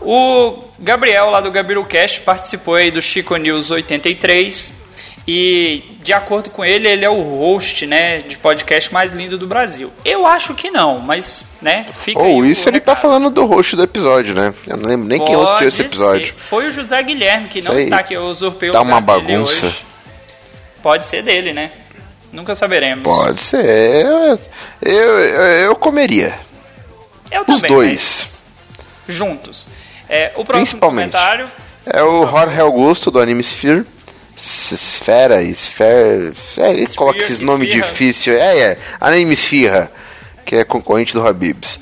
S1: O Gabriel, lá do GabiruCast, participou aí do Chico News 83. E, de acordo com ele, ele é o host, né, de podcast mais lindo do Brasil. Eu acho que não, mas, né, fica aí
S14: Ou
S1: o-
S14: isso ele tá falando do host do episódio, né? Eu não lembro nem quem
S1: Pode
S14: hosteou esse
S1: ser.
S14: episódio.
S1: Foi o José Guilherme, que não
S14: Sei.
S1: está aqui, eu usurpei o
S14: Tá
S1: lugar
S14: uma
S1: dele
S14: bagunça.
S1: hoje. Pode ser dele, né? Nunca saberemos.
S14: Pode ser. Eu, eu, eu- eu comeria.
S1: Eu
S14: Os
S1: também,
S14: dois.
S1: mas Juntos. É, o próximo
S14: Principalmente.
S1: comentário...
S14: É o Jorge Augusto do Anime Sphere. S- Esfera, esfera, esfera. Ele coloca esses nomes
S1: esfirra.
S14: difíceis. É, é. Anime Esfirra, que é concorrente do Habibs.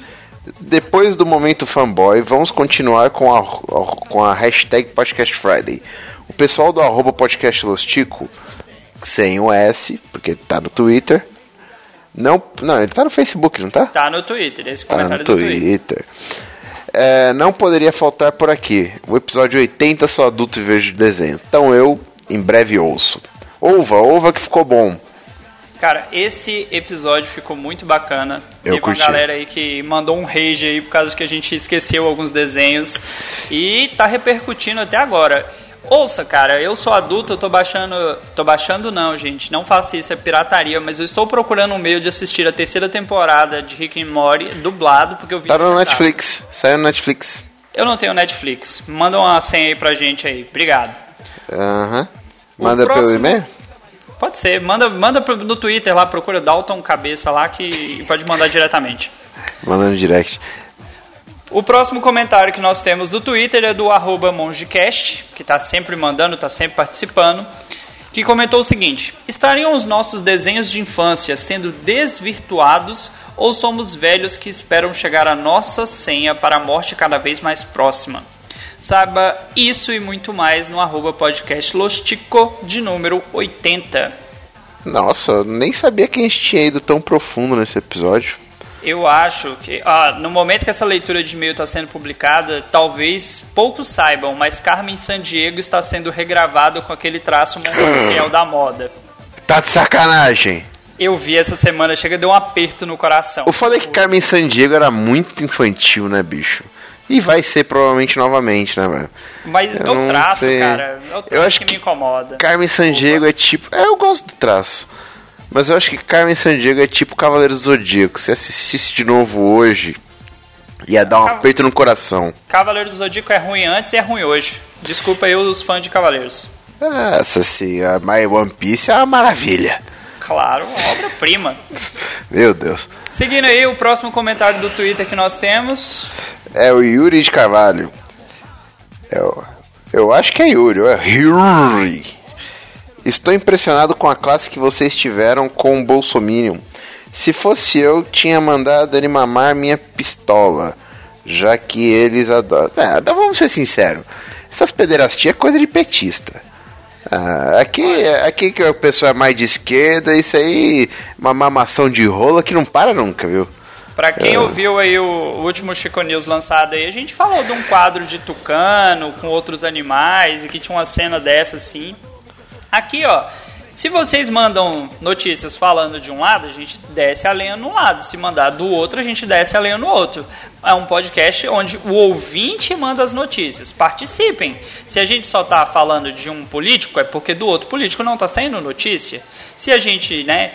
S14: Depois do momento fanboy, vamos continuar é com a, com a hashtag Podcast Friday. O pessoal do arroba podcast Lostico, sem o S, porque tá no Twitter. Não, não, ele tá no Facebook, não tá?
S1: Tá no Twitter, esse
S14: Tá no
S1: comentário do Twitter.
S14: Twitter. É, não poderia faltar por aqui. O episódio 80 sou adulto e vejo desenho. Então eu, em breve, ouço. Ouva, ouva que ficou bom.
S1: Cara, esse episódio ficou muito bacana.
S14: Eu
S1: Teve
S14: curti.
S1: uma galera aí que mandou um rage aí por causa que a gente esqueceu alguns desenhos. E tá repercutindo até agora. Ouça, cara, eu sou adulto, eu tô baixando. Tô baixando não, gente. Não faça isso, é pirataria, mas eu estou procurando um meio de assistir a terceira temporada de Rick and Morty dublado, porque eu vi.
S14: Tá no
S1: dublado.
S14: Netflix. Saiu no Netflix.
S1: Eu não tenho Netflix. Manda uma senha aí pra gente aí. Obrigado.
S14: Aham.
S1: O
S14: Manda
S1: próximo-
S14: pelo e-mail?
S1: Pode ser. Manda, manda pro- no Twitter lá, procura Dalton Cabeça lá que pode mandar diretamente.
S14: Mandando direct.
S1: O próximo comentário que nós temos do Twitter é do arroba mongecast, que está sempre mandando, está sempre participando, que comentou o seguinte: Estariam os nossos desenhos de infância sendo desvirtuados ou somos velhos que esperam chegar a nossa senha para a morte cada vez mais próxima? Saiba isso e muito mais no arroba podcast Lostico de número 80.
S14: Nossa, eu nem sabia que a gente tinha ido tão profundo nesse episódio.
S1: Eu acho que, ah, no momento que essa leitura de e-mail está sendo publicada, talvez poucos saibam, mas Carmen Sandiego está sendo regravada com aquele traço monarquial da moda.
S14: Tá de sacanagem.
S1: Eu vi essa semana, chega deu um aperto no coração.
S14: Eu falei que Carmen Sandiego era muito infantil, né, bicho? E vai ser provavelmente novamente, né, mano?
S1: Mas
S14: Eu
S1: é o
S14: não
S1: traço,
S14: sei.
S1: cara. É o traço
S14: acho
S1: que, me incomoda.
S14: Carmen Sandiego é tipo. É, eu gosto do traço. Mas eu acho que Carmen Sandiego é tipo Cavaleiros do Zodíaco. Se assistisse de novo hoje, ia dar um aperto no coração.
S1: Cavaleiro do Zodíaco é ruim antes e é ruim hoje. Desculpa eu, os fãs de Cavaleiros.
S14: Essa senhora, My One Piece é uma maravilha.
S1: Claro, uma obra-prima.
S14: Meu Deus.
S1: Seguindo aí, o próximo comentário do Twitter que nós temos.
S14: É o Yuri de Carvalho. É o- eu acho que é Yuri, é Yuri. Estou impressionado com a classe que vocês tiveram com o Bolsominion. Se fosse eu, tinha mandado ele mamar minha pistola. Já que eles adoram. É, então vamos ser sinceros. Essas pederastias é coisa de petista. Ah, aqui, aqui que o pessoal é mais de esquerda, isso aí é uma mamação de rola que não para nunca, viu?
S1: Pra quem
S14: É.
S1: ouviu aí o último Chico News lançado aí, a gente falou de um quadro de tucano com outros animais e que tinha uma cena dessa assim. Aqui, ó, se vocês mandam notícias falando de um lado, a gente desce a lenha no lado. Se mandar do outro, a gente desce a lenha no outro. É um podcast onde o ouvinte manda as notícias. Participem. Se a gente só tá falando de um político, é porque do outro político não tá saindo notícia. Se a gente, né,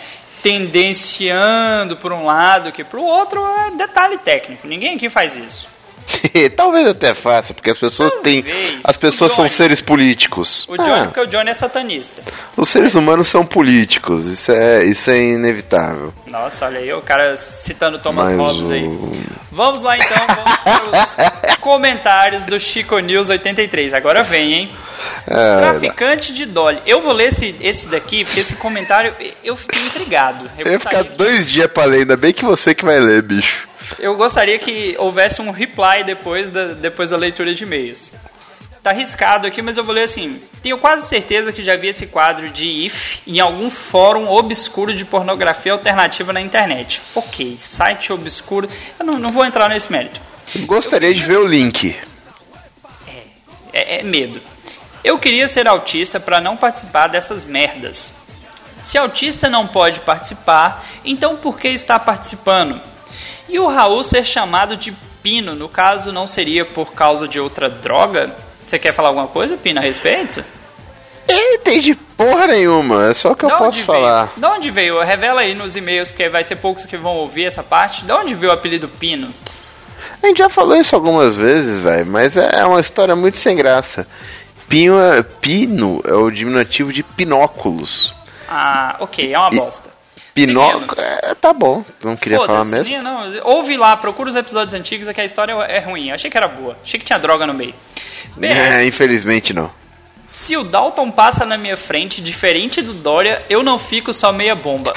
S1: tendenciando por um lado que para o outro é detalhe técnico. Ninguém aqui faz isso.
S14: Talvez até faça, porque as pessoas têm. As pessoas são seres políticos.
S1: O Johnny,
S14: Ah,
S1: porque o Johnny é satanista.
S14: os seres humanos são políticos, isso é, isso é inevitável.
S1: Nossa, olha aí o cara citando Thomas
S14: Mas
S1: Hobbes aí.
S14: o-
S1: Vamos lá então, vamos para os comentários do Chico News 83. Agora vem, hein?
S14: É,
S1: Traficante de Dolly. Eu vou ler esse, esse daqui, porque esse comentário eu fiquei intrigado. Eu,
S14: eu ia ficar dois dias pra ler, ainda bem que você que vai ler, bicho.
S1: Eu gostaria que houvesse um reply depois da, depois da leitura de e-mails. Tá arriscado aqui, mas eu vou ler assim. Tenho quase certeza que já vi esse quadro de IF em algum fórum obscuro de pornografia alternativa na internet. Ok, site obscuro. Eu não, não vou entrar nesse mérito.
S14: Gostaria de ver o link.
S1: É, é medo. Eu queria ser autista para não participar dessas merdas. Se autista não pode participar, então por que está participando? E o Raul ser chamado de Pino, no caso, não seria por causa de outra droga? Você quer falar alguma coisa, Pino, a respeito?
S14: Eu entendi porra nenhuma, é só o que eu
S1: Da
S14: posso
S1: onde
S14: falar.
S1: De onde veio? Revela aí nos e-mails, porque vai ser poucos que vão ouvir essa parte. De onde veio o apelido Pino?
S14: A gente já falou isso algumas vezes, velho, mas é uma história muito sem graça. Pinho é- pino é o diminutivo de pinóculos.
S1: Ah, ok, é uma
S14: E-
S1: bosta.
S14: Pinóculo. É, tá bom, não queria falar
S1: Foda-se, né?
S14: mesmo.
S1: Não, ouve lá, procura os episódios antigos, é que a história é ruim. Eu achei que era boa. Achei que tinha droga no meio. Beleza.
S14: É, infelizmente não.
S1: Se o Dalton passa na minha frente, diferente do Dória, eu não fico só meia bomba.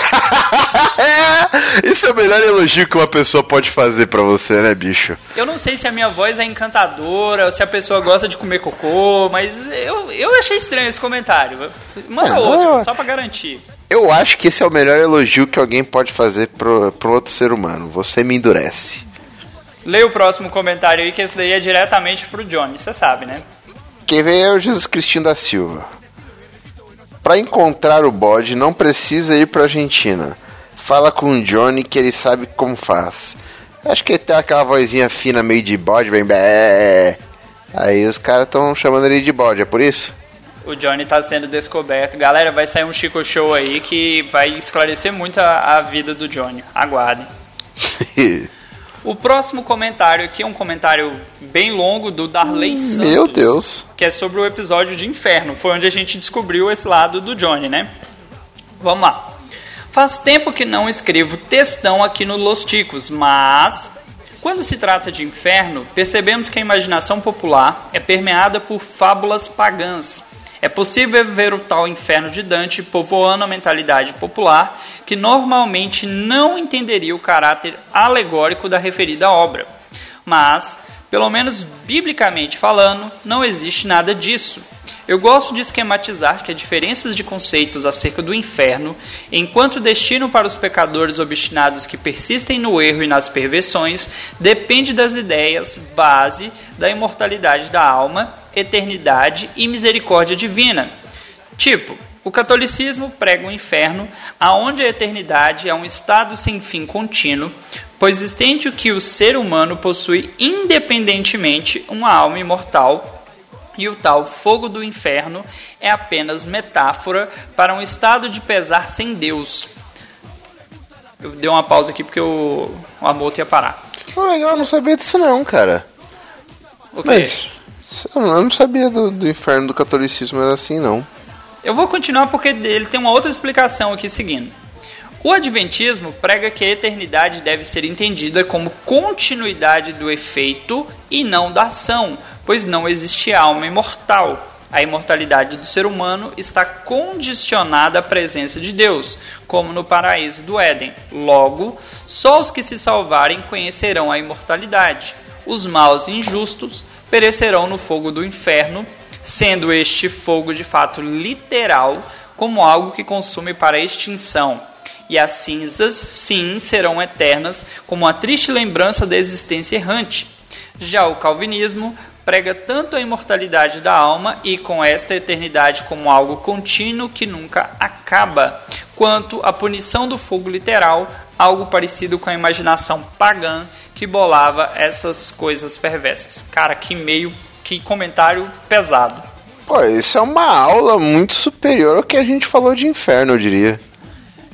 S14: Esse é o melhor elogio que uma pessoa pode fazer pra você, né, bicho?
S1: Eu não sei se a minha voz é encantadora, ou se a pessoa gosta de comer cocô, mas eu, eu achei estranho esse comentário. Manda
S14: Ah,
S1: outro,
S14: eu-
S1: só pra garantir.
S14: Eu acho que esse é o melhor elogio que alguém pode fazer pro, pro outro ser humano. Você me endurece.
S1: Leia o próximo comentário aí, que esse daí é diretamente pro Johnny, você sabe, né?
S14: Quem vem é o Jesus Cristinho da Silva. Pra encontrar o bode, não precisa ir pra Argentina. Fala com o Johnny que ele sabe como faz. Acho que ele tem aquela vozinha fina meio de bode, bem. bé. Aí os caras estão chamando ele de bode, é por isso?
S1: O Johnny tá sendo descoberto. Galera, vai sair um Chico Show aí que vai esclarecer muito a, a vida do Johnny. Aguardem. O próximo comentário aqui é um comentário bem longo do Darley Santos.
S14: Hum, Meu Deus.
S1: Que é sobre o episódio de Inferno. Foi onde a gente descobriu esse lado do Johnny, né? Vamos lá. Faz tempo que não escrevo textão aqui no Los Ticos, mas quando se trata de inferno, percebemos que a imaginação popular é permeada por fábulas pagãs. É possível ver o tal inferno de Dante povoando a mentalidade popular, que normalmente não entenderia o caráter alegórico da referida obra. Mas, pelo menos biblicamente falando, não existe nada disso. Eu gosto de esquematizar que as diferenças de conceitos acerca do inferno, enquanto destino para os pecadores obstinados que persistem no erro e nas perversões, depende das ideias base da imortalidade da alma, eternidade e misericórdia divina. Tipo, o catolicismo prega o inferno, aonde a eternidade é um estado sem fim contínuo, pois existente o que o ser humano possui independentemente uma alma imortal e o tal fogo do inferno é apenas metáfora para um estado de pesar sem Deus. Eu dei uma pausa aqui porque o, o amor ia parar.
S14: Ah, legal, eu não sabia disso não, cara.
S1: O quê?
S14: Mas eu não eu não sabia do, do inferno do catolicismo era assim, não.
S1: Eu vou continuar porque ele tem uma outra explicação aqui seguindo. O Adventismo prega que a eternidade deve ser entendida como continuidade do efeito e não da ação, pois não existe alma imortal. A imortalidade do ser humano está condicionada à presença de Deus, como no paraíso do Éden. Logo, só os que se salvarem conhecerão a imortalidade. Os maus e injustos perecerão no fogo do inferno, sendo este fogo de fato literal, como algo que consume para a extinção e as cinzas, sim, serão eternas, como a triste lembrança da existência errante. Já o calvinismo prega tanto a imortalidade da alma e com esta eternidade como algo contínuo que nunca acaba, quanto a punição do fogo literal, algo parecido com a imaginação pagã que bolava essas coisas perversas. Cara, que meio, que comentário pesado.
S14: Pô, isso é uma aula muito superior ao que a gente falou de inferno, eu diria.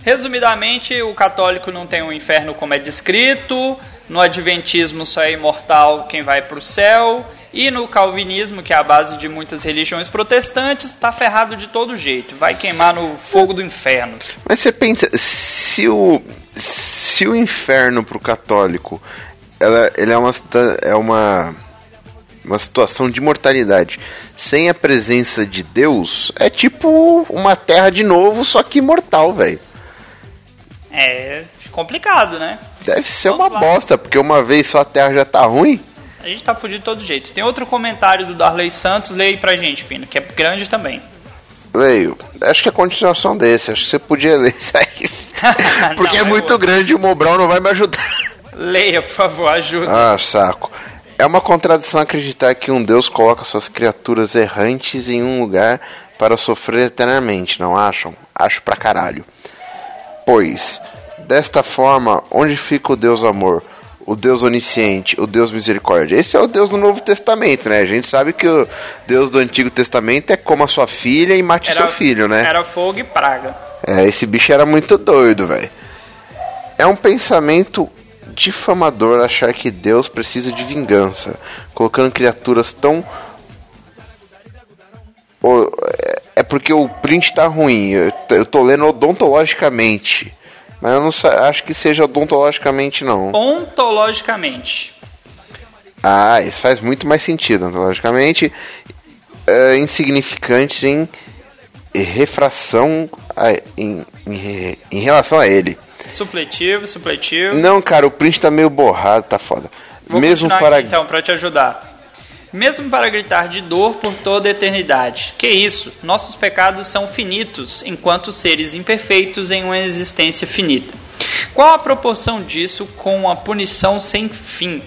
S1: Resumidamente, o católico não tem o inferno como é descrito, no adventismo só é imortal quem vai para o céu, e no calvinismo, que é a base de muitas religiões protestantes, está ferrado de todo jeito, vai queimar no fogo do inferno.
S14: Mas você pensa, se o, se o inferno pro católico ela, ele é, uma, situa- é uma, uma situação de mortalidade sem a presença de Deus, é tipo uma terra de novo, só que imortal, velho.
S1: É complicado, né?
S14: Deve ser uma bosta, porque uma vez só a terra já tá ruim.
S1: A gente tá fudido de todo jeito. Tem outro comentário do Darley Santos, leia aí pra gente, Pino, que é grande também.
S14: Leio, acho que é a continuação desse, acho que você podia ler isso aí.
S1: Ah,
S14: Porque é muito grande e o Mobral não vai me ajudar.
S1: Leia, por favor, ajuda.
S14: Ah, saco. É uma contradição acreditar que um Deus coloca suas criaturas errantes em um lugar para sofrer eternamente, não acham? Acho pra caralho. Pois, desta forma, onde fica o Deus amor? O Deus onisciente, o Deus misericórdia. Esse é o Deus do Novo Testamento, né? A gente sabe que o Deus do Antigo Testamento é como a sua filha e mate seu filho, né?
S1: Era fogo e praga.
S14: É, esse bicho era muito doido, velho. É um pensamento difamador achar que Deus precisa de vingança, colocando criaturas tão. Ô, é- É porque o print tá ruim, eu t- eu tô lendo odontologicamente. Mas eu não sa- acho que seja odontologicamente, não.
S1: Ontologicamente.
S14: Ah, isso faz muito mais sentido, antologicamente. É, insignificantes em refração a- em, em re- em relação a ele.
S1: Supletivo, supletivo.
S14: Não, cara, o print tá meio borrado, tá foda.
S1: Vou
S14: Mesmo
S1: continuar
S14: para
S1: aqui, então para te ajudar. Mesmo para gritar de dor por toda a eternidade. Que isso? Nossos pecados são finitos, enquanto seres imperfeitos em uma existência finita. Qual a proporção disso com a punição sem fim?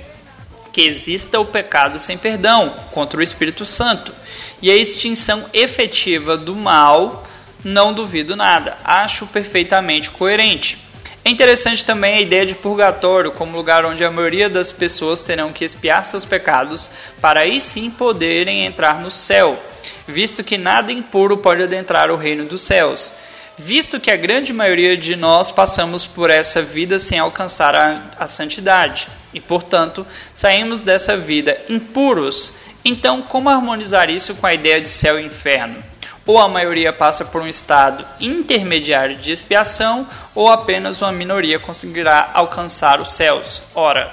S1: Que exista o pecado sem perdão contra o Espírito Santo e a extinção efetiva do mal, não duvido nada. Acho perfeitamente coerente. É interessante também a ideia de purgatório como lugar onde a maioria das pessoas terão que expiar seus pecados para aí sim poderem entrar no céu, visto que nada impuro pode adentrar o reino dos céus. Visto que a grande maioria de nós passamos por essa vida sem alcançar a, a santidade e, portanto, saímos dessa vida impuros, então como harmonizar isso com a ideia de céu e inferno? ou a maioria passa por um estado intermediário de expiação, ou apenas uma minoria conseguirá alcançar os céus. Ora,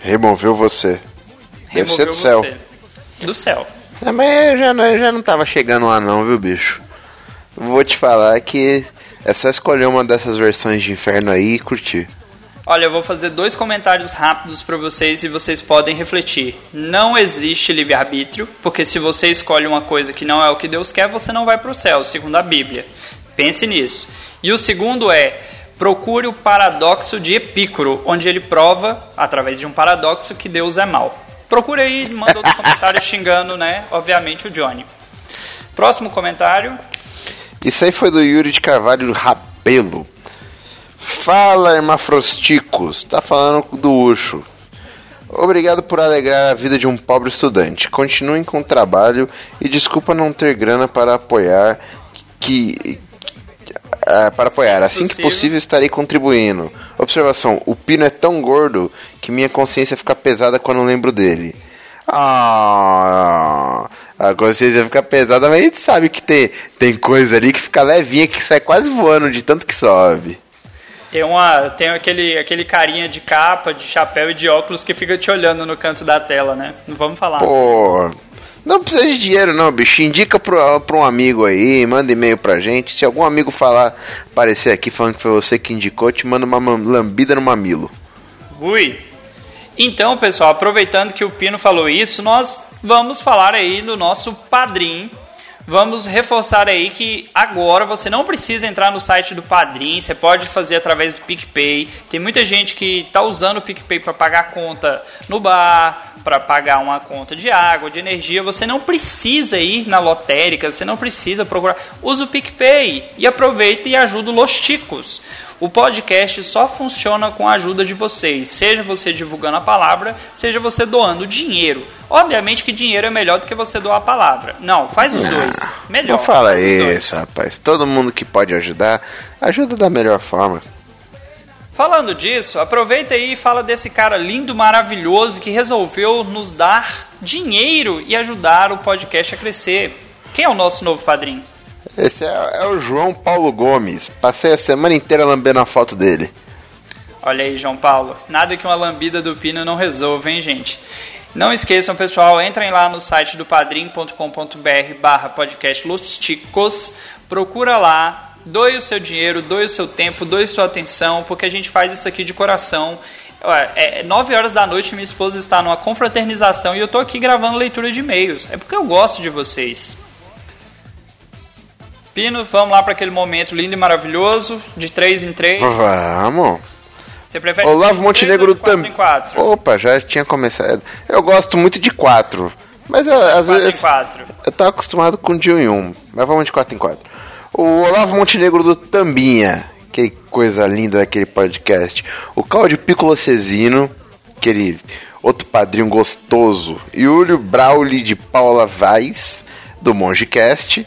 S14: Removeu você. Deve
S1: removeu
S14: ser do céu.
S1: você do céu.
S14: É, mas eu já, não- eu já não tava chegando lá não, viu, bicho? Vou te falar que é só escolher uma dessas versões de inferno aí e curtir.
S1: Olha, eu vou fazer dois comentários rápidos para vocês e vocês podem refletir. Não existe livre-arbítrio, porque se você escolhe uma coisa que não é o que Deus quer, você não vai para o céu, segundo a Bíblia. Pense nisso. E o segundo é: procure o paradoxo de Epicuro, onde ele prova, através de um paradoxo, que Deus é mau. Procure aí, manda outro comentário xingando, né? Obviamente, o Johnny. Próximo comentário.
S14: Isso aí foi do Yuri de Carvalho Rabelo. Fala, hermafrosticos. Tá falando do Ucho. Obrigado por alegrar a vida de um pobre estudante. Continuem com o trabalho e desculpa não ter grana para apoiar que... ah, para apoiar. Assim que possível estarei contribuindo. Observação: o Pino é tão gordo que minha consciência fica pesada quando lembro dele. Ah, a consciência fica pesada, mas a gente sabe que tem, tem coisa ali que fica levinha, que sai quase voando de tanto que sobe.
S1: Tem, uma, tem aquele, aquele carinha de capa, de chapéu e de óculos que fica te olhando no canto da tela, né? Não vamos falar.
S14: Pô, não precisa de dinheiro não, bicho. Indica pro- pra um amigo aí, manda e-mail pra gente. Se algum amigo falar, aparecer aqui falando que foi você que indicou, te manda uma mam- lambida no mamilo.
S1: Ui. Então, pessoal, aproveitando que o Pino falou isso, nós vamos falar aí do nosso Padrim. Vamos reforçar aí que agora você não precisa entrar no site do Padrim, você pode fazer através do PicPay. Tem muita gente que está usando o PicPay para pagar conta no bar, para pagar uma conta de água, de energia. Você não precisa ir na lotérica, você não precisa procurar. Usa o PicPay e aproveita e ajuda o Los Ticos. O podcast só funciona com a ajuda de vocês, seja você divulgando a palavra, seja você doando dinheiro. Obviamente que dinheiro é melhor do que você doar a palavra. Não, faz os dois. Melhor.
S14: Não fala
S1: faz os dois.
S14: isso, rapaz. Todo mundo que pode ajudar, ajuda da melhor forma.
S1: Falando disso, aproveita aí e fala desse cara lindo, maravilhoso que resolveu nos dar dinheiro e ajudar o podcast a crescer. Quem é o nosso novo padrinho?
S14: Esse é, é o João Paulo Gomes. Passei a semana inteira lambendo a foto dele.
S1: Olha aí, João Paulo. Nada que uma lambida do pino não resolva, hein, gente? Não esqueçam, pessoal, entrem lá no site do padrim.com.br barra podcast Los Ticos. Procura lá, doe o seu dinheiro, doe o seu tempo, doe sua atenção, porque a gente faz isso aqui de coração. Ué, É 9 horas da noite, minha esposa está numa confraternização e eu tô aqui gravando leitura de e-mails. É porque eu gosto de vocês. Pino, vamos lá para aquele momento lindo e maravilhoso, de 3 em 3.
S14: Vamos.
S1: Você prefere
S14: Olavo
S1: de
S14: Montenegro
S1: três ou de
S14: também. Opa, já tinha começado. Eu gosto muito de quatro. Mas eu, às
S1: Quatro em
S14: vezes.
S1: quatro.
S14: Eu tava acostumado com de um em um. Mas vamos de quatro em quatro. O Olavo Montenegro do Tambinha. Que coisa linda daquele podcast. O Cláudio Piccolo Cesino. Aquele outro padrinho gostoso. Yúlio Brauli de Paula Vaz. Do Mongecast.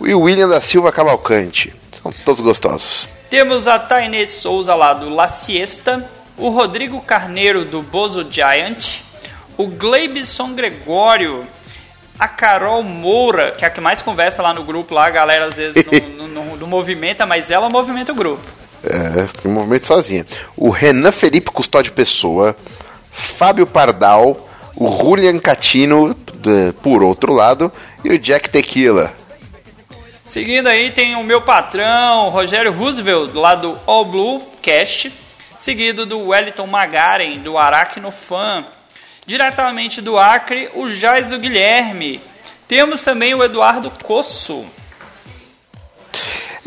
S14: E o William da Silva Cavalcante. São todos gostosos.
S1: Temos a Tainê Souza lá do La Siesta, o Rodrigo Carneiro do Bozo Giant, o Gleibson Gregório, a Carol Moura, que é a que mais conversa lá no grupo, lá a galera às vezes não, não- não- não movimenta, mas ela movimenta o grupo.
S14: É, tem um movimento sozinha. O Renan Felipe Custódio Pessoa, Fábio Pardal, o Julian Catino, d- por outro lado, e o Jack Tequila.
S1: Seguindo aí tem o meu patrão, Rogério Roosevelt, lá do All Blue Cast, seguido do Wellington Magaren, do Aracnofan, diretamente do Acre, o Jaiso Guilherme. Temos também o Eduardo Cosso.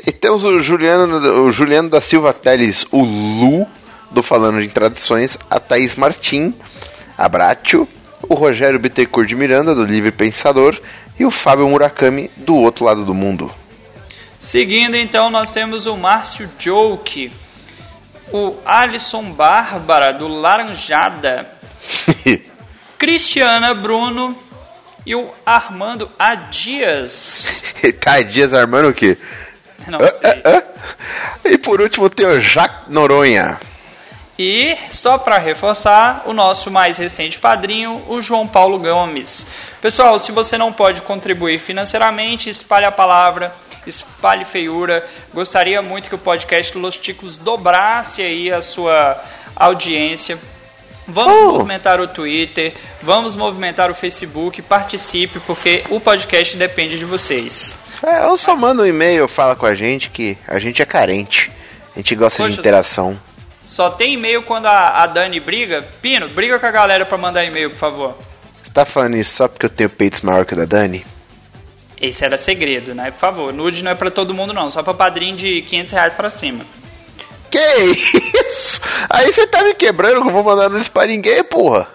S14: E temos o Juliano, o Juliano da Silva Teles, o Lu, do Falando em Tradições, a Thaís Martim, a Bratio, o Rogério Bittencourt de Miranda, do Livre Pensador, e o Fábio Murakami, do Outro Lado do Mundo.
S1: Seguindo então nós temos o Márcio Joke, o Alisson Bárbara do Laranjada, Cristiana Bruno e o Armando A Dias.
S14: tá, Dias armando o quê?
S1: Não
S14: Ah,
S2: É,
S1: sei.
S14: É, ah, ah. E por último tem o Jacques Noronha.
S1: E, só para reforçar, o nosso mais recente padrinho, o João Paulo Gomes. Pessoal, se você não pode contribuir financeiramente, espalhe a palavra, espalhe feiura. Gostaria muito que o podcast Los Ticos dobrasse aí a sua audiência. Vamos
S14: Oh.
S1: movimentar o Twitter, vamos movimentar o Facebook, participe, porque o podcast depende de vocês.
S14: É, ou só manda um e-mail, fala com a gente que a gente é carente. A gente gosta de
S1: Poxa,
S14: interação.
S1: Só tem e-mail quando a, a Dani briga. Pino, briga com a galera pra mandar e-mail, por favor.
S14: Você tá falando isso só porque eu tenho peitos maior que o da Dani?
S1: Esse era segredo, né? Por favor, nude não é pra todo mundo não, só pra padrinho de 500 reais pra cima.
S14: Que isso? Aí você tá me quebrando que eu vou mandar nudes pra ninguém, porra.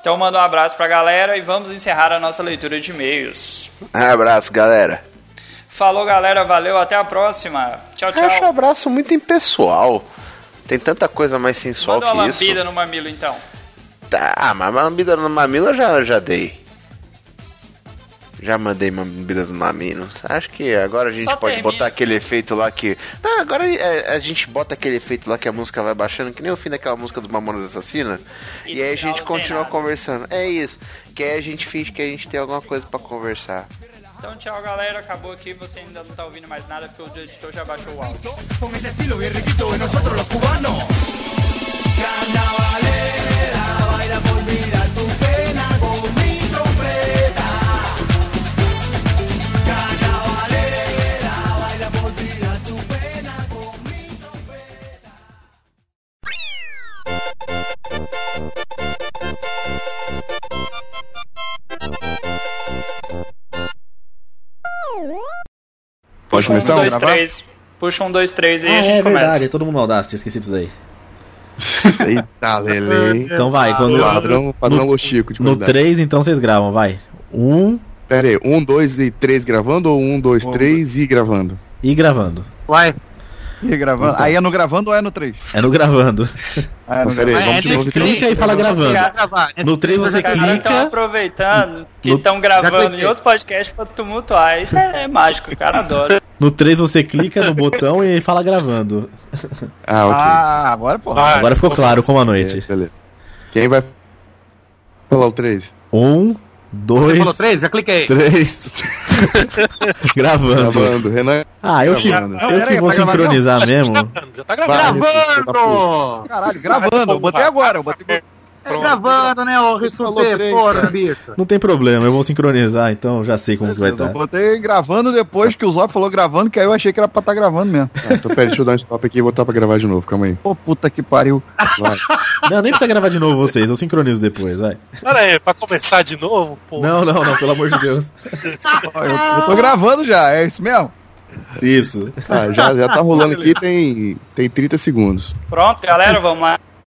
S1: Então manda um abraço pra galera e vamos encerrar a nossa leitura de e-mails.
S14: Um Abraço, galera.
S1: Falou galera, valeu, até a próxima. Tchau,
S14: Eu acho um
S1: tchau.
S14: abraço muito impessoal. Tem tanta coisa mais sensual
S1: Manda uma
S14: que isso.
S1: lambida no mamilo então.
S14: Tá, ah, mas lambida no mamilo eu já, já dei. Já mandei lambidas no mamilo. Acho que agora a gente
S13: Só
S14: pode
S13: termina.
S14: botar aquele efeito lá que. Não, agora é, a gente bota aquele efeito lá que a música vai baixando, que nem o fim daquela música dos Mamonas Assassina. E, aí a gente continua conversando. É isso. Que aí a gente finge que a gente tem alguma coisa pra conversar.
S1: Então tchau galera, acabou aqui, você ainda não tá ouvindo mais nada porque o editor já baixou o áudio. Um,
S10: Con ese estilo bien riquito de nosotros los cubanos. Carnavalera, baila por mirar tu pena con mi trompeta. Carnavalera, baila por mirar tu pena con mi
S2: Pode começar
S1: um,
S2: a
S1: dois,
S2: gravar?
S1: três. Puxa um, dois, três e
S5: Ah,
S1: a gente
S5: é
S1: começa.
S5: verdade, todo mundo no Audacity, tinha esquecido isso daí.
S2: Eita, Tá, Lele.
S5: Então vai,
S2: ah,
S5: quando.
S2: Padrão, padrão
S5: no,
S2: Lochico de
S5: No
S2: qualidade.
S5: 3, então vocês gravam, vai. Um.
S2: Pera aí, um, dois e três gravando ou um, dois, três e gravando?
S5: E gravando.
S6: Vai. E gravando.
S2: Então.
S6: Aí é no gravando ou é no 3?
S5: É no gravando.
S6: Ah, não
S2: Pera aí,
S4: É,
S2: vamos de novo. então.
S5: É, Clica e fala gravando. No 3 você
S1: Os caras
S4: então.
S5: clica.
S1: estão aproveitando que
S5: No-
S1: estão
S5: Já
S1: gravando
S5: cliquei.
S1: em outro podcast pra tumultuar. Isso é, é mágico, o cara adora.
S5: No 3 você clica no botão e fala gravando.
S2: Ah, ok.
S6: Ah, agora porra.
S5: Agora ficou claro como a noite.
S2: beleza. Quem vai falar o 3?
S5: Um, dois.
S4: Você falou três? Já cliquei.
S5: Três. gravando.
S2: Gravando, Renan.
S5: Ah, eu que,
S2: Gravando.
S5: eu que
S6: Peraí,
S5: vou
S6: tá gravando?
S5: sincronizar mesmo.
S3: tá
S4: Gravando!
S6: Caralho, gravando. Eu botei agora. Eu botei...
S4: Tá gravando, né, ô Rissuter? Porra, bicho.
S5: Não tem problema, eu vou sincronizar, então já sei como que vai
S6: Eu
S5: estar.
S6: botei gravando depois que o Zop falou gravando, que aí eu achei que era pra estar gravando mesmo.
S2: Então, pera, deixa eu dar um stop aqui e voltar pra gravar de novo, calma aí.
S6: Pô, puta que pariu.
S2: Vai.
S5: Não, nem precisa gravar de novo vocês, eu sincronizo depois, vai.
S3: Pera aí, pra começar de novo, pô.
S5: Não, não, não, pelo amor de Deus.
S6: Ó, Eu, eu tô gravando já, é isso mesmo?
S5: Isso.
S2: Ah, já, já tá rolando aqui, tem, tem 30 segundos.
S1: Pronto, galera, vamos lá.